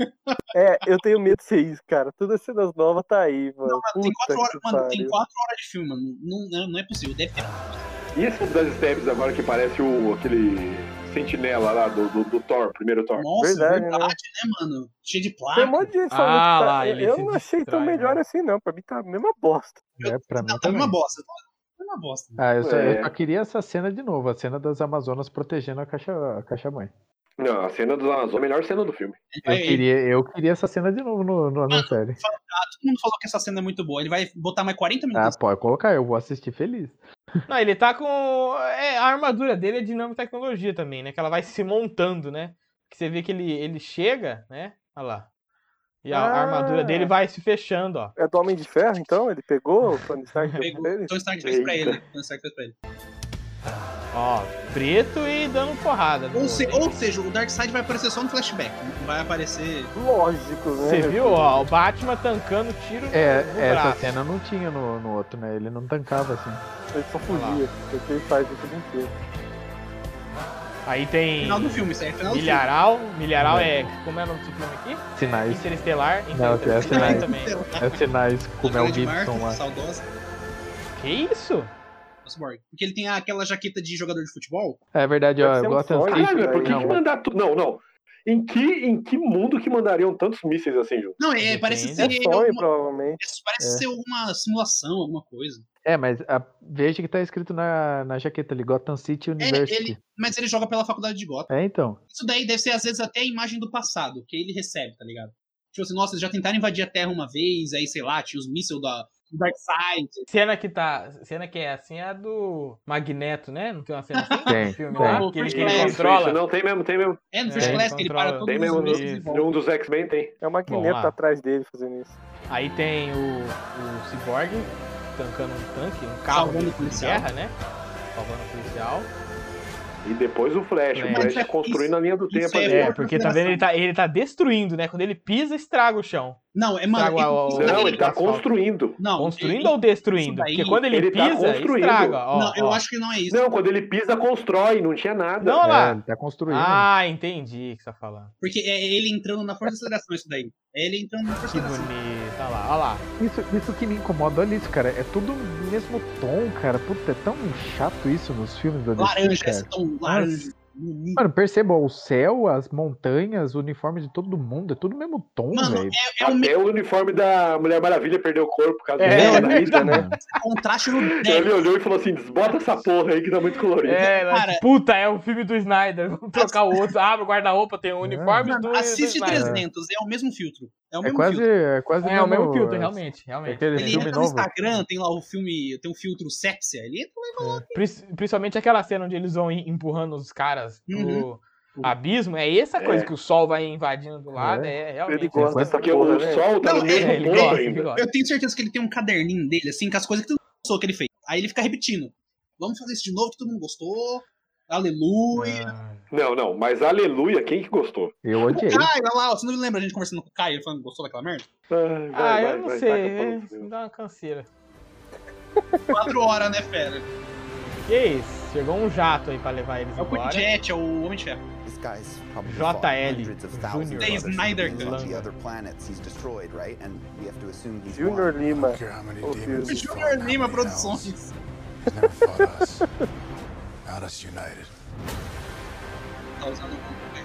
É, eu tenho medo de ser isso, cara. Todas as cenas novas tá aí, mano. Puta
tem quatro horas,
que
mano. Tem
pariu.
quatro horas de filme, mano. Não, não, não é possível. Deve ter.
Isso das steps agora que parece o, aquele sentinela lá do, do, do Thor, primeiro Thor.
Nossa, verdade,
Verdade,
né? mano? Cheio de
Tem um
placa.
monte de gente
Ah,
falando que tá...
lá, ele
Eu
se
não achei tão
distrai,
melhor
né?
assim, não. Pra mim tá a mesma bosta.
É, pra mim
Não, tá
também.
uma bosta. Tá uma bosta.
Ah, eu só, eu
É.
só queria essa cena de novo, a cena das Amazonas protegendo a caixa, a caixa mãe.
Não, a cena dos Amazonas, a melhor cena do filme.
Ele
Eu
vai- ele-
queria, eu queria essa cena de novo no, no,
Ah.
na série.
todo mundo falou que essa cena é muito boa. Ele vai botar mais 40
Ah,
minutos.
pode colocar, eu vou assistir feliz.
Não, ele tá com. é, a armadura dele é dinâmica tecnologia também, né? Que ela vai se montando, né? Que você vê que ele, ele chega, né? Olha lá. E a a armadura
Ah.
dele vai se fechando, ó.
É do Homem de Ferro, então? Ele pegou o Tony Stark deu
Pegou.
pra ele?
Tony Então Stark fez pra ele. Tony Stark fez pra ele.
Ó, preto e dando porrada. no
Ou, se-
outro.
ou seja, o Darkseid vai aparecer só no flashback. Não Vai aparecer.
Lógico, né?
Você viu, ó, o Batman tancando tiro no,
É,
no
essa
braço.
cena não tinha no, no outro, né? Ele não tancava assim.
Ele só fugia. É o que ele faz o filme inteiro.
Aí tem
Final do filme, isso aí é final do filme.
Milharal. Milharal é. Como é o nome desse filme aqui?
Sinais.
Interestelar.
Não,
Interestelar
é Sinais.
também.
É sinais com o Mel
Grande
Gibson
Marta,
lá.
Saudosa.
Que isso?
Cyborg. Porque ele tem aquela jaqueta de jogador de futebol.
É verdade, ó,
Deve ser um
Gotham
sonho,
City.
Isso
Caralho,
né?
velho, por que,
daí
que
não.
mandar tudo? Não, não. Em que, em que mundo que mandariam tantos mísseis assim, Ju?
Não, é,
Depende.
parece ser.
É sonho,
alguma-
provavelmente.
Parece
É.
ser uma simulação, alguma coisa.
É, mas a- veja que tá escrito na, na jaqueta ali, Gotham City University.
Mas ele joga pela faculdade de Gotham.
É, então.
Isso daí deve ser, às vezes, até a imagem do passado, que ele recebe, tá ligado? Tipo assim, nossa, eles já tentaram invadir a Terra uma vez, aí, sei lá, tinha os mísseis da do Darkseid.
Cena que tá. Cena que é assim é a do Magneto, né? Não tem uma cena assim?
Tem,
No filme
tem.
lá, que ele, que ele
Isso,
é controla.
não, tem mesmo, tem mesmo.
É, no
É,
First
ele
Class, que ele
controla.
para todos
Tem
os
mesmo.
mísseis
isso.
e volta.
Um dos X-Men tem.
É o
Bom,
Magneto
lá.
tá atrás dele fazendo isso.
Aí tem o, o Cyborg tancando um tanque, um carro
Salvando
de
o policial.
guerra, né? Salvando o policial.
E depois o Flash.
É.
O Flash construindo a linha do
Isso
tempo
é
ali.
É, porque tá vendo, ele tá, ele tá destruindo, né? Quando ele pisa, estraga o chão.
Não, é mano.
Estraga o-
isso
o-
daí-
Não, ele tá construindo.
Não,
Construindo
ele-
ou destruindo?
isso daí-
Porque quando ele, pisa, estraga. Ó,
não, eu
ó.
acho que não é isso.
Não, quando ele pisa, constrói, não tinha nada.
Não, olha lá.
É, ele tá construindo.
Ah, entendi o que você tá falando.
Porque é ele entrando na força de aceleração, isso daí. É ele entrando na força de aceleração.
Bonito, olha lá, olha lá.
Isso, isso que me incomoda, olha isso, cara. É tudo no mesmo tom, cara. Puta, é tão chato isso nos filmes da DC,
Laranja,
cara.
esse tom laranja.
Mano, perceba, o céu, as montanhas, o uniforme de todo mundo, é tudo o mesmo tom, velho.
é um
Até o uniforme da Mulher Maravilha perdeu o corpo por causa
É,
do
é
nariz, né?
Contraste no
Ele olhou e falou assim: desbota essa porra aí que tá muito colorida.
Né? É, mas, puta, é o filme do Snyder. Vamos trocar o outro. Abre o guarda-roupa, tem o uniforme do.
Mano,
do
assiste
Snyder.
300, é o mesmo filtro. É o
É
mesmo
quase,
filtro.
é quase.
É, o mesmo
mesmo-
filtro, realmente, realmente.
aquele
Ele
filme
entra no
novo.
Instagram, tem lá o filme, tem um filtro sépsia, ele entra lá e coloca.
Prin- Principalmente aquela cena onde eles vão em- empurrando os caras pro
Uhum.
abismo. É essa
É.
coisa que o sol vai invadindo do lado. É, realmente. É,
gosta dessa Porque o porra, né? sol tá no mesmo
ele
ponto
gosta,
ainda.
ele gosta.
Eu tenho certeza que ele tem um caderninho dele, assim, com as coisas que todo mundo gostou que ele fez. Aí ele fica repetindo. Vamos fazer isso de novo que todo mundo gostou.
Ah,
Aleluia.
Não, não, mas aleluia, quem que gostou?
Eu
O Caio, olha lá, ó, você não lembra a gente conversando com o Caio, ele falando que gostou daquela merda?
Ai,
Ah,
vai,
eu
vai,
não
vai,
sei.
taca pau no
é, isso me dá uma canseira.
Quatro horas, né, fera?
Que isso? Chegou um jato aí pra levar eles
É o
embora.
Jet, é o Homem de Ferro.
This guy's probably
JL,
fought hundreds of thousands of
Junior.
others
Snyder
from
Cut.
the other planets he's destroyed, right? And we have to assume he's
Junior
won.
Lima.
Oh,
filho.
Junior Lima Produções.
Not us united.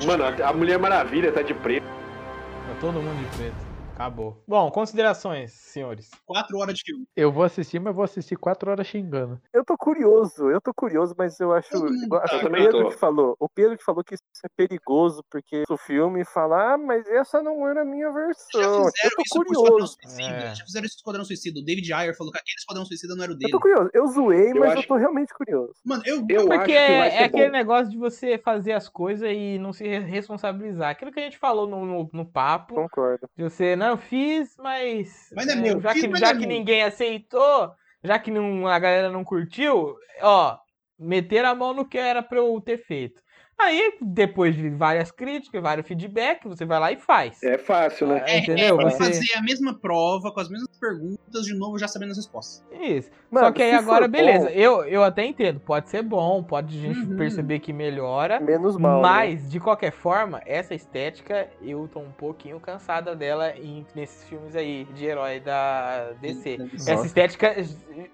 Mano, a a Mulher Maravilha tá de preto.
Tá todo mundo de preto. Acabou. Bom, considerações, senhores.
Quatro horas de filme.
Eu vou assistir, mas eu vou assistir quatro horas xingando.
Eu tô curioso, eu tô curioso, mas eu acho. igual- acho que o
também
Pedro
tô.
que falou. O Pedro que falou que isso é perigoso, porque o filme fala, ah, mas essa não era a minha versão. Eu
Fizeram
tô
isso com o Esquadrão
curioso.
Suicida. Já fizeram isso com o Esquadrão Suicida. O David Ayer falou que aquele Esquadrão Suicida não era o
Eu
dele.
tô curioso. Eu zoei,
Eu
mas eu
acho-
tô realmente curioso.
Mano, eu.
Eu acho
Porque
que vai ser
é aquele
bom.
negócio de você fazer as coisas e não se re- responsabilizar. Aquilo que a gente falou no, no, no papo.
Concordo.
de Você, não, fiz, mas. eh,
Mas não é meu,
já
fiz,
que,
mas
já
não é
que
meu.
ninguém aceitou, já que não, a galera não curtiu, ó, meter a mão no que era pra eu ter feito. Aí, depois de várias críticas, vários feedback, você vai lá e faz.
É fácil, né?
É, entendeu?
é
Você-
fazer a mesma prova, com as mesmas perguntas, de novo, já sabendo as respostas.
Isso.
Mano,
Só que aí
se for
agora, beleza.
bom-
Eu, eu até entendo. Pode ser bom, pode a gente
Uhum.
perceber que melhora.
Menos mal. né?
mas, de qualquer forma, essa estética eu tô um pouquinho cansada dela em, nesses filmes aí de herói da DC. Essa estética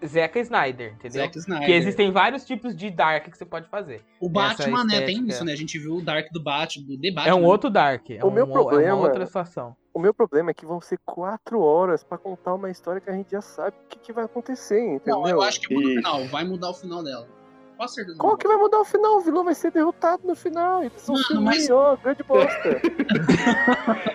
Zeca Snyder, entendeu?
Zack Snyder.
Que existem vários tipos de Dark que você pode fazer.
O Batman,
essa
né? Tem
estética.
isso, né? A gente viu o Dark do Batman, do né? The Batman.
É um outro Dark. É
O
um,
meu
é
problema-
uma outra situação.
O meu problema é que vão ser quatro horas pra contar uma história que a gente já sabe o que, que vai acontecer, entendeu?
Não, eu acho que muda o
E-
final. Vai mudar o final dela. Com certeza.
Qual que vai mudar o final? O vilão vai ser derrotado no final. Eles vão
Mano,
se
mas-
unir, ó, grande bosta.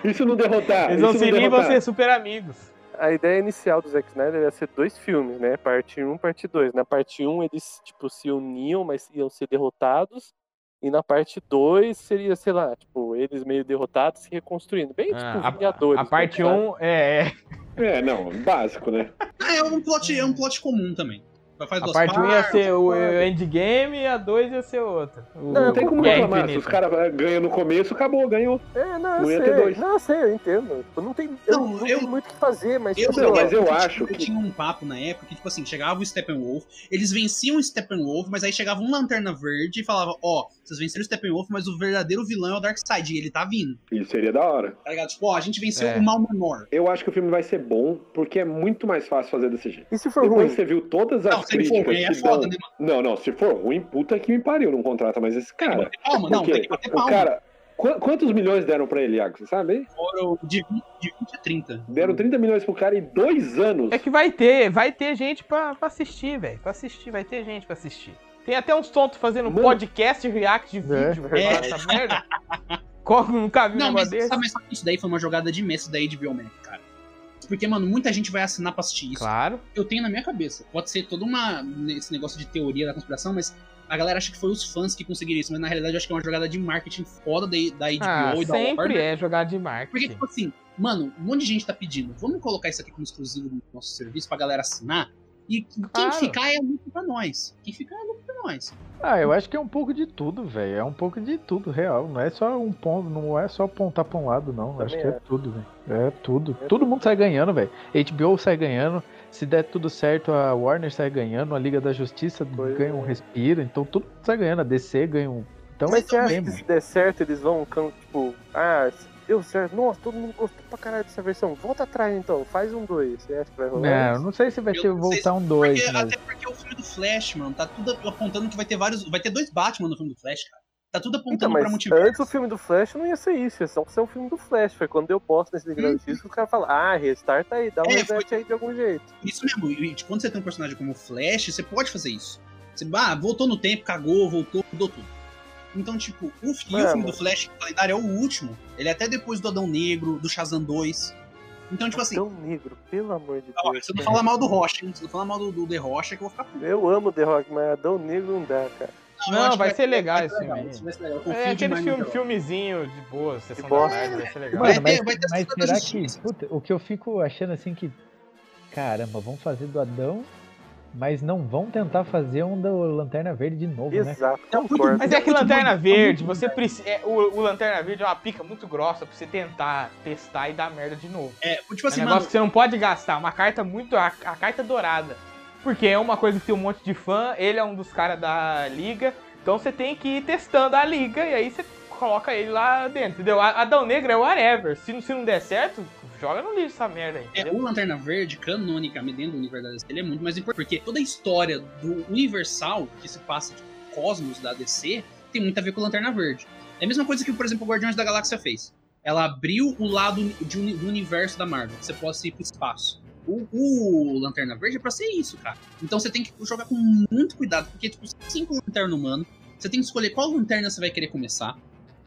Isso não derrotar.
Eles vão
isso
se
não
unir e vão
derrotar.
ser super amigos.
a ideia inicial do Zack Snyder era ser dois filmes, né? Parte 1 parte 2. Na parte 1 eles, tipo, se uniam, mas iam ser derrotados. E na parte 2 seria, sei lá, tipo, eles meio derrotados se reconstruindo. Bem,
Ah,
tipo,
a-
Vingadores.
A parte 1
né,
um é. é.
É, não, básico, né?
Ah, é um plot, é um plot comum também. Vai fazer
A
duas
parte 1 um ia
partes.
ser o o endgame e a 2 ia ser outra. O-
Não, tem como
o Guerra
reclamar. Se os
Infinita.
caras ganham no começo, acabou, ganhou.
É, não, eu
Não ia
sei.
ter dois.
Não, eu sei, eu entendo. Tipo, não tem, eu,
Não,
não
eu-
tem muito o que fazer, mas.
Eu,
tipo,
Não, mas eu
tinha-
acho
eu
que-
tinha um papo na época que, tipo assim, chegava o Steppenwolf, eles venciam o Steppenwolf, mas aí chegava um Lanterna Verde e falava, ó, vocês venceram o Steppenwolf, mas o verdadeiro vilão é o Darkseid, e ele tá vindo,
Isso seria da hora.
tá ligado? Tipo, ó, a gente venceu
É.
o mal menor.
Eu acho que o filme vai ser bom, porque é muito mais fácil fazer desse jeito.
E se for
Depois
ruim?
você viu todas as
Não, se ele for
críticas.
ruim, é
que
foda, né,
dão- tipo assim, Não, não, se for ruim, puta que me pariu, não contrata mais esse cara.
Palma, não, tem
Porque
que bater
o
palma.
cara. qu- Quantos milhões deram pra ele, Iago? Você sabe? aí?
Foram de 20, de 20 a 30.
Deram 30 milhões pro cara em dois anos.
É que vai ter, vai ter gente pra, pra assistir, velho. Pra assistir, vai ter gente pra assistir. Tem até uns tontos fazendo
Mano.
podcast react de
É.
vídeo. É. Essa merda. Qual, nunca vi um
Não, mas,
negócio desse?
sabe, mas sabe que isso daí foi uma jogada de Messi daí de Biomed, cara. Porque, mano, muita gente vai assinar pra assistir isso.
Claro.
eu tenho na minha cabeça. Pode ser todo uma esse negócio de teoria da conspiração, mas a galera acha que foi os fãs que conseguiram isso, mas na realidade eu acho que é uma jogada de marketing foda da, da HBO
Ah,
e da
sempre
Warner.
é jogar de
Porque,
marketing.
tipo assim, mano, um monte de gente tá pedindo, vamos colocar isso aqui como exclusivo do nosso serviço pra galera assinar? E quem
Claro.
ficar é lucro pra nós. Quem ficar é lucro pra nós.
Ah, eu acho que é um pouco de tudo, velho. É um pouco de tudo, real. Não é só um ponto, não é só apontar pra um lado, não. Eu acho
Também
que é
acho.
tudo, velho. É tudo. Todo mundo sai ganhando, velho. HBO sai ganhando. Se der tudo certo, a Warner sai ganhando, a Liga da Justiça ganha um respiro. Então todo mundo sai ganhando. A DC ganha um. Então vai
Mas
ser
é
a
também, se der certo, eles vão, can- tipo, ah, se deu certo, nossa, todo mundo gostou pra caralho dessa versão, volta atrás então, faz um 2, você acha que vai
É,
rolar?
Não, não sei se vai ser voltar um 2,
Porque-
mas.
Até porque o filme do Flash, mano, tá tudo apontando que vai ter vários. Vai ter dois Batman no filme do Flash, cara. Tá tudo apontando
Então, mas
pra multiverso.
antes o filme do Flash não ia ser isso, ia só ser um filme do Flash. Foi quando deu bosta nesse Liga da Justiça, o cara fala, ah, restarta aí, dá um
É,
reset aí de algum jeito.
Isso mesmo, gente, quando você tem um personagem como o Flash, você pode fazer isso. Você ah, voltou no tempo, cagou, voltou, mudou tudo. Então, tipo, o, fi- e o
Mano.
filme do Flash no calendário é o último. Ele é até depois do Adão Negro, do Shazam 2. Então, tipo assim.
Adão Negro, pelo amor de
Deus. Você não fala mal do Rocha, hein? Você não fala mal do, do The Rocha que eu vou ficar puto.
Eu amo The Rock, mas Adão Negro não dá, cara.
eu acho
Não,
que
vai ser legal
vai
esse filme.
isso vai ser legal. Eu
aí.
confio
É aquele
demais no
filme,
The Rock.
filmezinho de boa, sessão da
bosta.
tarde, vai ser legal.
Mano, mas, mas será que. puta, o que eu fico achando assim que. Caramba, vão fazer do Adão, mas não vão tentar fazer um do Lanterna Verde de novo, né?
Exato,
Então,
Mas
um
é que Lanterna Verde, você precisa. é, o, o Lanterna Verde é uma pica muito grossa pra você tentar testar e dar merda de novo.
É, tipo assim,
um negócio
mano-
que você não pode gastar. Uma carta muito. A, a carta é dourada. Porque é uma coisa que tem um monte de fã, ele é um dos caras da liga. Então você tem que ir testando a liga e aí você coloca ele lá dentro, entendeu? A- Adão Negro é whatever. Se, não- se não der certo, joga no lixo essa merda aí.
É, o Lanterna Verde, canonicamente, dentro do universo da DC, ele é muito mais importante. Porque toda a história do universal que se passa de cosmos da DC tem muito a ver com o Lanterna Verde. É a mesma coisa que, por exemplo, o Guardiões da Galáxia fez. Ela abriu o lado de uni- do universo da Marvel, que você possa ir pro espaço. O, o Lanterna Verde é pra ser isso, cara. Então você tem que jogar com muito cuidado, porque, tipo, cinco lanterna humano, você tem que escolher qual lanterna você vai querer começar.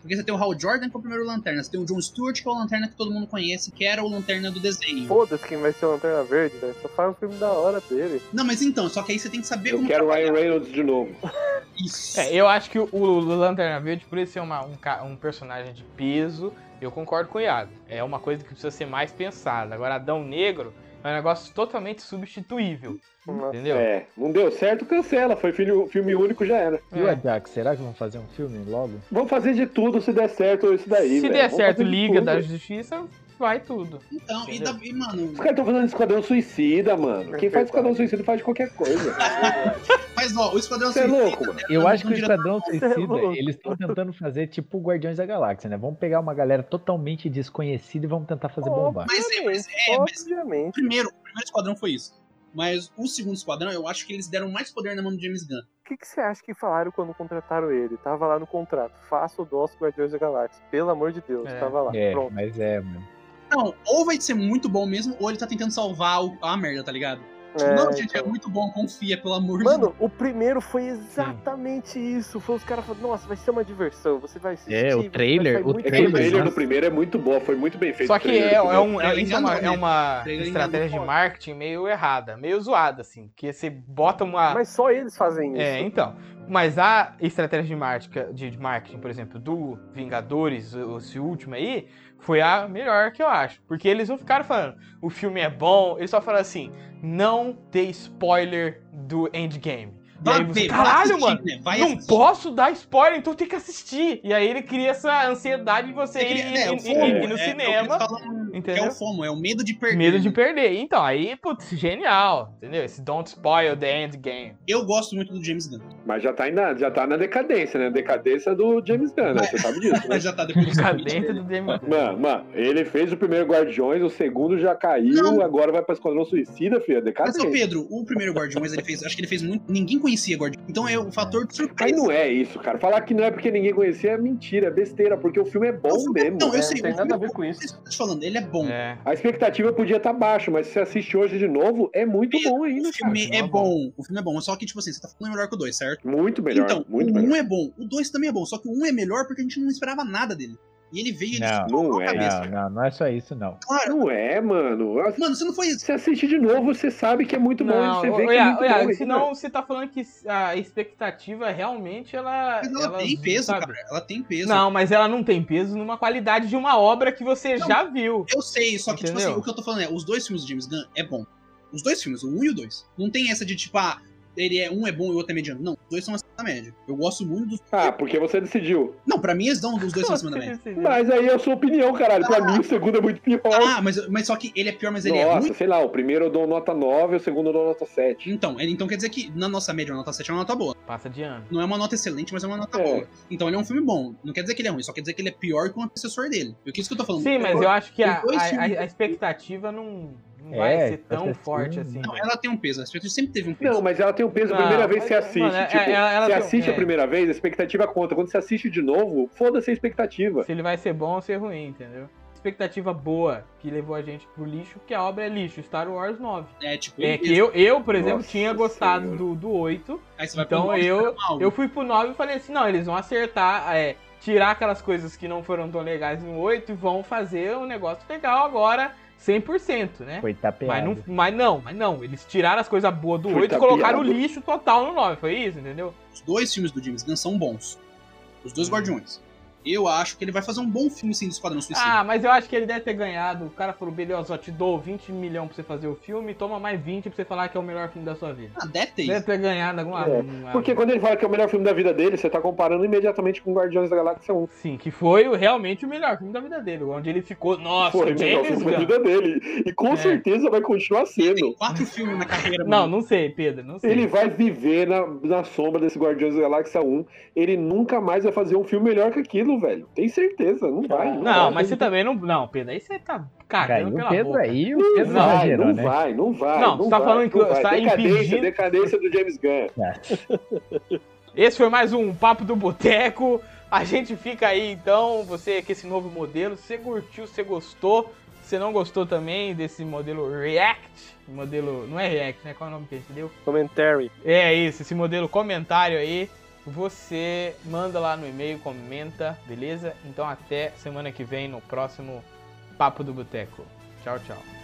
Porque você tem o Hal Jordan, que é o primeiro lanterna. Você tem o John Stewart, que é o lanterna que todo mundo conhece, que era o lanterna do desenho.
Foda-se quem vai ser o Lanterna Verde, velho. Só faz um filme da hora dele.
Não, mas então, só que aí você tem que saber
Eu quero o Ryan Reynolds de novo.
É, eu acho que o, o Lanterna Verde, por ele ser uma- um, ca- um personagem de peso, eu concordo com o Iago. É uma coisa que precisa ser mais pensada. Agora, Adão Negro é um negócio totalmente substituível. Entendeu?
É, não deu certo, cancela. Foi filho- filme único, já era.
E o Ajax, será que vão fazer um filme logo?
Vamos fazer de tudo se der certo isso daí.
Se
velho.
der
Vamos
certo
fazer de
Liga
tudo.
da Justiça, vai tudo.
Então, e, da, e, mano,
Os caras estão fazendo Esquadrão Suicida, mano. Quem faz Esquadrão Suicida faz qualquer coisa.
mas ó, o Esquadrão
Você é
Suicida- um
louco, mano.
Eu acho que o Esquadrão Suicida, eles estão tentando fazer tipo o Guardiões da Galáxia, né? Vamos pegar uma galera totalmente desconhecida e vamos tentar fazer bombar.
Mas é, mas é, mas o primeiro, o primeiro Esquadrão foi isso. Mas o segundo Esquadrão, eu acho que eles deram mais poder na mão do James Gunn.
O que, que você acha que falaram quando contrataram ele? Tava lá no contrato. Faça o nosso Guardiões da Galáxia. Pelo amor de Deus, tava lá.
É,
Pronto.
mas é, mano.
Não, ou vai ser muito bom mesmo, ou ele tá tentando salvar o- a merda, tá ligado? Tipo,
É,
não, gente,
então.
é muito bom, confia, pelo amor de
Mano, o primeiro foi exatamente isso. Foi os caras falando, nossa, vai ser uma diversão, você vai assistir.
É, o
você
trailer-
vai
o
muito
É que o
bem."
trailer
né?
do primeiro é muito bom, foi muito bem feito.
Só
o
que é,
trailer do
é
primeiro.
um, é- isso é uma, é uma estratégia de marketing meio errada, meio zoada, assim. Porque você bota
Ah.
uma.
Mas só eles fazem isso.
É, então. Mas a estratégia de marketing, de de marketing, por exemplo, do Vingadores, o- esse último aí, foi a melhor que eu acho. Porque eles não ficaram falando, o filme é bom, eles só falaram assim, não ter spoiler do Endgame. E
Vai
aí você,
ver, vai
caralho,
assistir,
mano,
né? Vai
não
assistir."
posso dar spoiler, então tem que assistir. E aí ele cria essa ansiedade de você ir,
É, é, o
ir-
FOMO,
ir- ir
é, é o
um no
que
cinema.
eles falam,
entendeu?
que é o FOMO, é o medo de perder.
Medo de perder. Então, aí, putz, genial, entendeu? Esse don't spoil the endgame.
Eu gosto muito do James Gunn.
Mas já tá, aí na, já tá na decadência, né? Decadência do James Gunn, né? Você sabe disso, né?
já tá depois do
Decadência do James Gunn.
Mano, mano, ele fez o primeiro Guardiões, o segundo já caiu, agora vai pra Esquadrão Suicida, filho. É
Mas,
decadência.
ô Pedro, o primeiro Guardiões, ele fez. Acho que ele fez muito. Ninguém conhecia Guardiões. Então é o fator de surpresa.
Mas não é isso, cara. Falar que não é porque ninguém conhecia é mentira, é besteira, porque o filme é bom mesmo.
Não, eu sei. o filme é bom, é isso que eu tô te falando, ele é bom.
A expectativa podia estar baixa, mas se você assiste hoje de novo, é muito bom ainda,
O filme
cara.
é bom. O filme é bom. Só que, tipo assim, você tá falando melhor que o 2, certo?
Muito melhor,
Então,
muito
o
melhor.
1 é bom. O 2 também é bom. Só que o 1 é melhor porque a gente não esperava nada dele. E ele veio e ele
Não,
estourou
não
Tá a cabeça.
é, não, não é só isso, não.
Claro.
Não é, mano.
Mano, você não foi isso.
Você assiste de novo, você sabe que é muito bom.
Não,
você
ô,
vê
ô,
que é
Iago,
muito
ô, Iago,
bom.
senão você tá falando que a expectativa realmente ela.
Mas ela tem peso, cara, Ela tem peso.
Não, mas ela não tem peso numa qualidade de uma obra que você
Não,
já viu.
Eu sei, só que, tipo
Entendeu?
assim, o que eu tô falando é, os dois filmes do James Gunn é bom. Os dois filmes, o 1 e o 2. Não tem essa de tipo, ah, ele é um é bom e o outro é mediano. Não, os dois são acima da média. Eu gosto muito dos.
Ah, porque você decidiu.
Não, pra mim eles dão os dois são acima da média.
Mas aí é a sua opinião, caralho. Pra mim o segundo é muito pior.
Ah, mas, mas só que ele é pior, mas ele é
Nossa,
ruim.
sei lá, o primeiro eu dou nota 9, o segundo eu dou nota 7.
Então, é- então quer dizer que na nossa média, uma nota 7 é uma nota boa.
Passa de ano.
Não é uma nota excelente, mas é uma nota boa. Então ele é um filme bom. Não quer dizer que ele é ruim, só quer dizer que ele é pior que o antecessor dele. É isso que eu tô falando.
Sim, mas
Tem
eu acho que a,
dois
a-
filmes-
a- a expectativa não, não vai
É,
ser tão
expectativa
forte assim.
Não, ela tem um peso, a expectativa sempre teve um peso.
Não, mas ela tem um peso. é A
Não,
primeira vez
mas,
você assiste.
mano, é-
tipo,
ela- ela
você
tem um-
assiste
é.
a primeira vez, a expectativa conta. Quando você assiste de novo, foda-se a expectativa.
Se ele vai ser bom ou ser ruim, entendeu? Expectativa boa que levou a gente pro lixo, que a obra é lixo, Star Wars 9.
É, tipo,
É
isso.
que eu, eu por exemplo,
Nossa
tinha gostado do, do 8.
Aí você vai pro
então
nove,
eu,
tá mal.
eu fui pro 9 e falei assim: não, eles vão acertar, é, tirar aquelas coisas que não foram tão legais no 8 e vão fazer um negócio legal agora 100%, né?
Foi
Mas
tapeado.
não, mas não, mas não. Eles tiraram as coisas boas do
Foi
8 e colocaram o
tapeado.
lixo total no 9. Foi isso, entendeu?
Os dois filmes do James Gunn são bons. Os
Hum.
dois Guardiões. Eu acho que ele vai fazer um bom filme sem do Esquadrão Suicida.
Ah, mas eu acho que ele deve ter ganhado. O cara falou, beleza, ó, te dou 20 milhões pra você fazer o filme, toma mais 20 pra você falar que é o melhor filme da sua vida.
Ah, deve ter.
Deve ter ganhado alguma
É,
alguma-
Porque quando ele fala que é o melhor filme da vida dele, você tá comparando imediatamente com Guardiões da Galáxia 1.
Sim, que foi o- realmente o melhor filme da vida dele, onde ele ficou, nossa, É.
Foi o melhor
James
filme da
Gunn.
vida dele. E com certeza vai continuar sendo.
Quatro filmes na carreira.
Não, não sei, Pedro, não sei.
Ele vai viver na, na sombra desse Guardiões da Galáxia 1. Ele nunca mais vai fazer um filme melhor que aquilo, velho. Tem certeza, não vai.
Não,
vai.
mas você também não. Não, Pedro, aí você tá cagando
Caiu o
pela
Pedro
boca.
aí,
Não
Pedro
vai,
exagerou,
não
né?
vai, não vai.
Não, você tá
vai,
falando que
não
você
vai.
tá
decadência,
impedindo-
decadência do James Gunn.
Esse foi mais um Papo do Boteco. A gente fica aí então, você com esse novo modelo. Se você curtiu, se você gostou. Se você não gostou também desse modelo React, modelo. Não é React, né? Qual é o nome que a gente deu?
Commentary.
É isso, esse modelo comentário aí. Você manda lá no e-mail, comenta, beleza? Então até semana que vem no próximo Papo do Boteco. Tchau, tchau.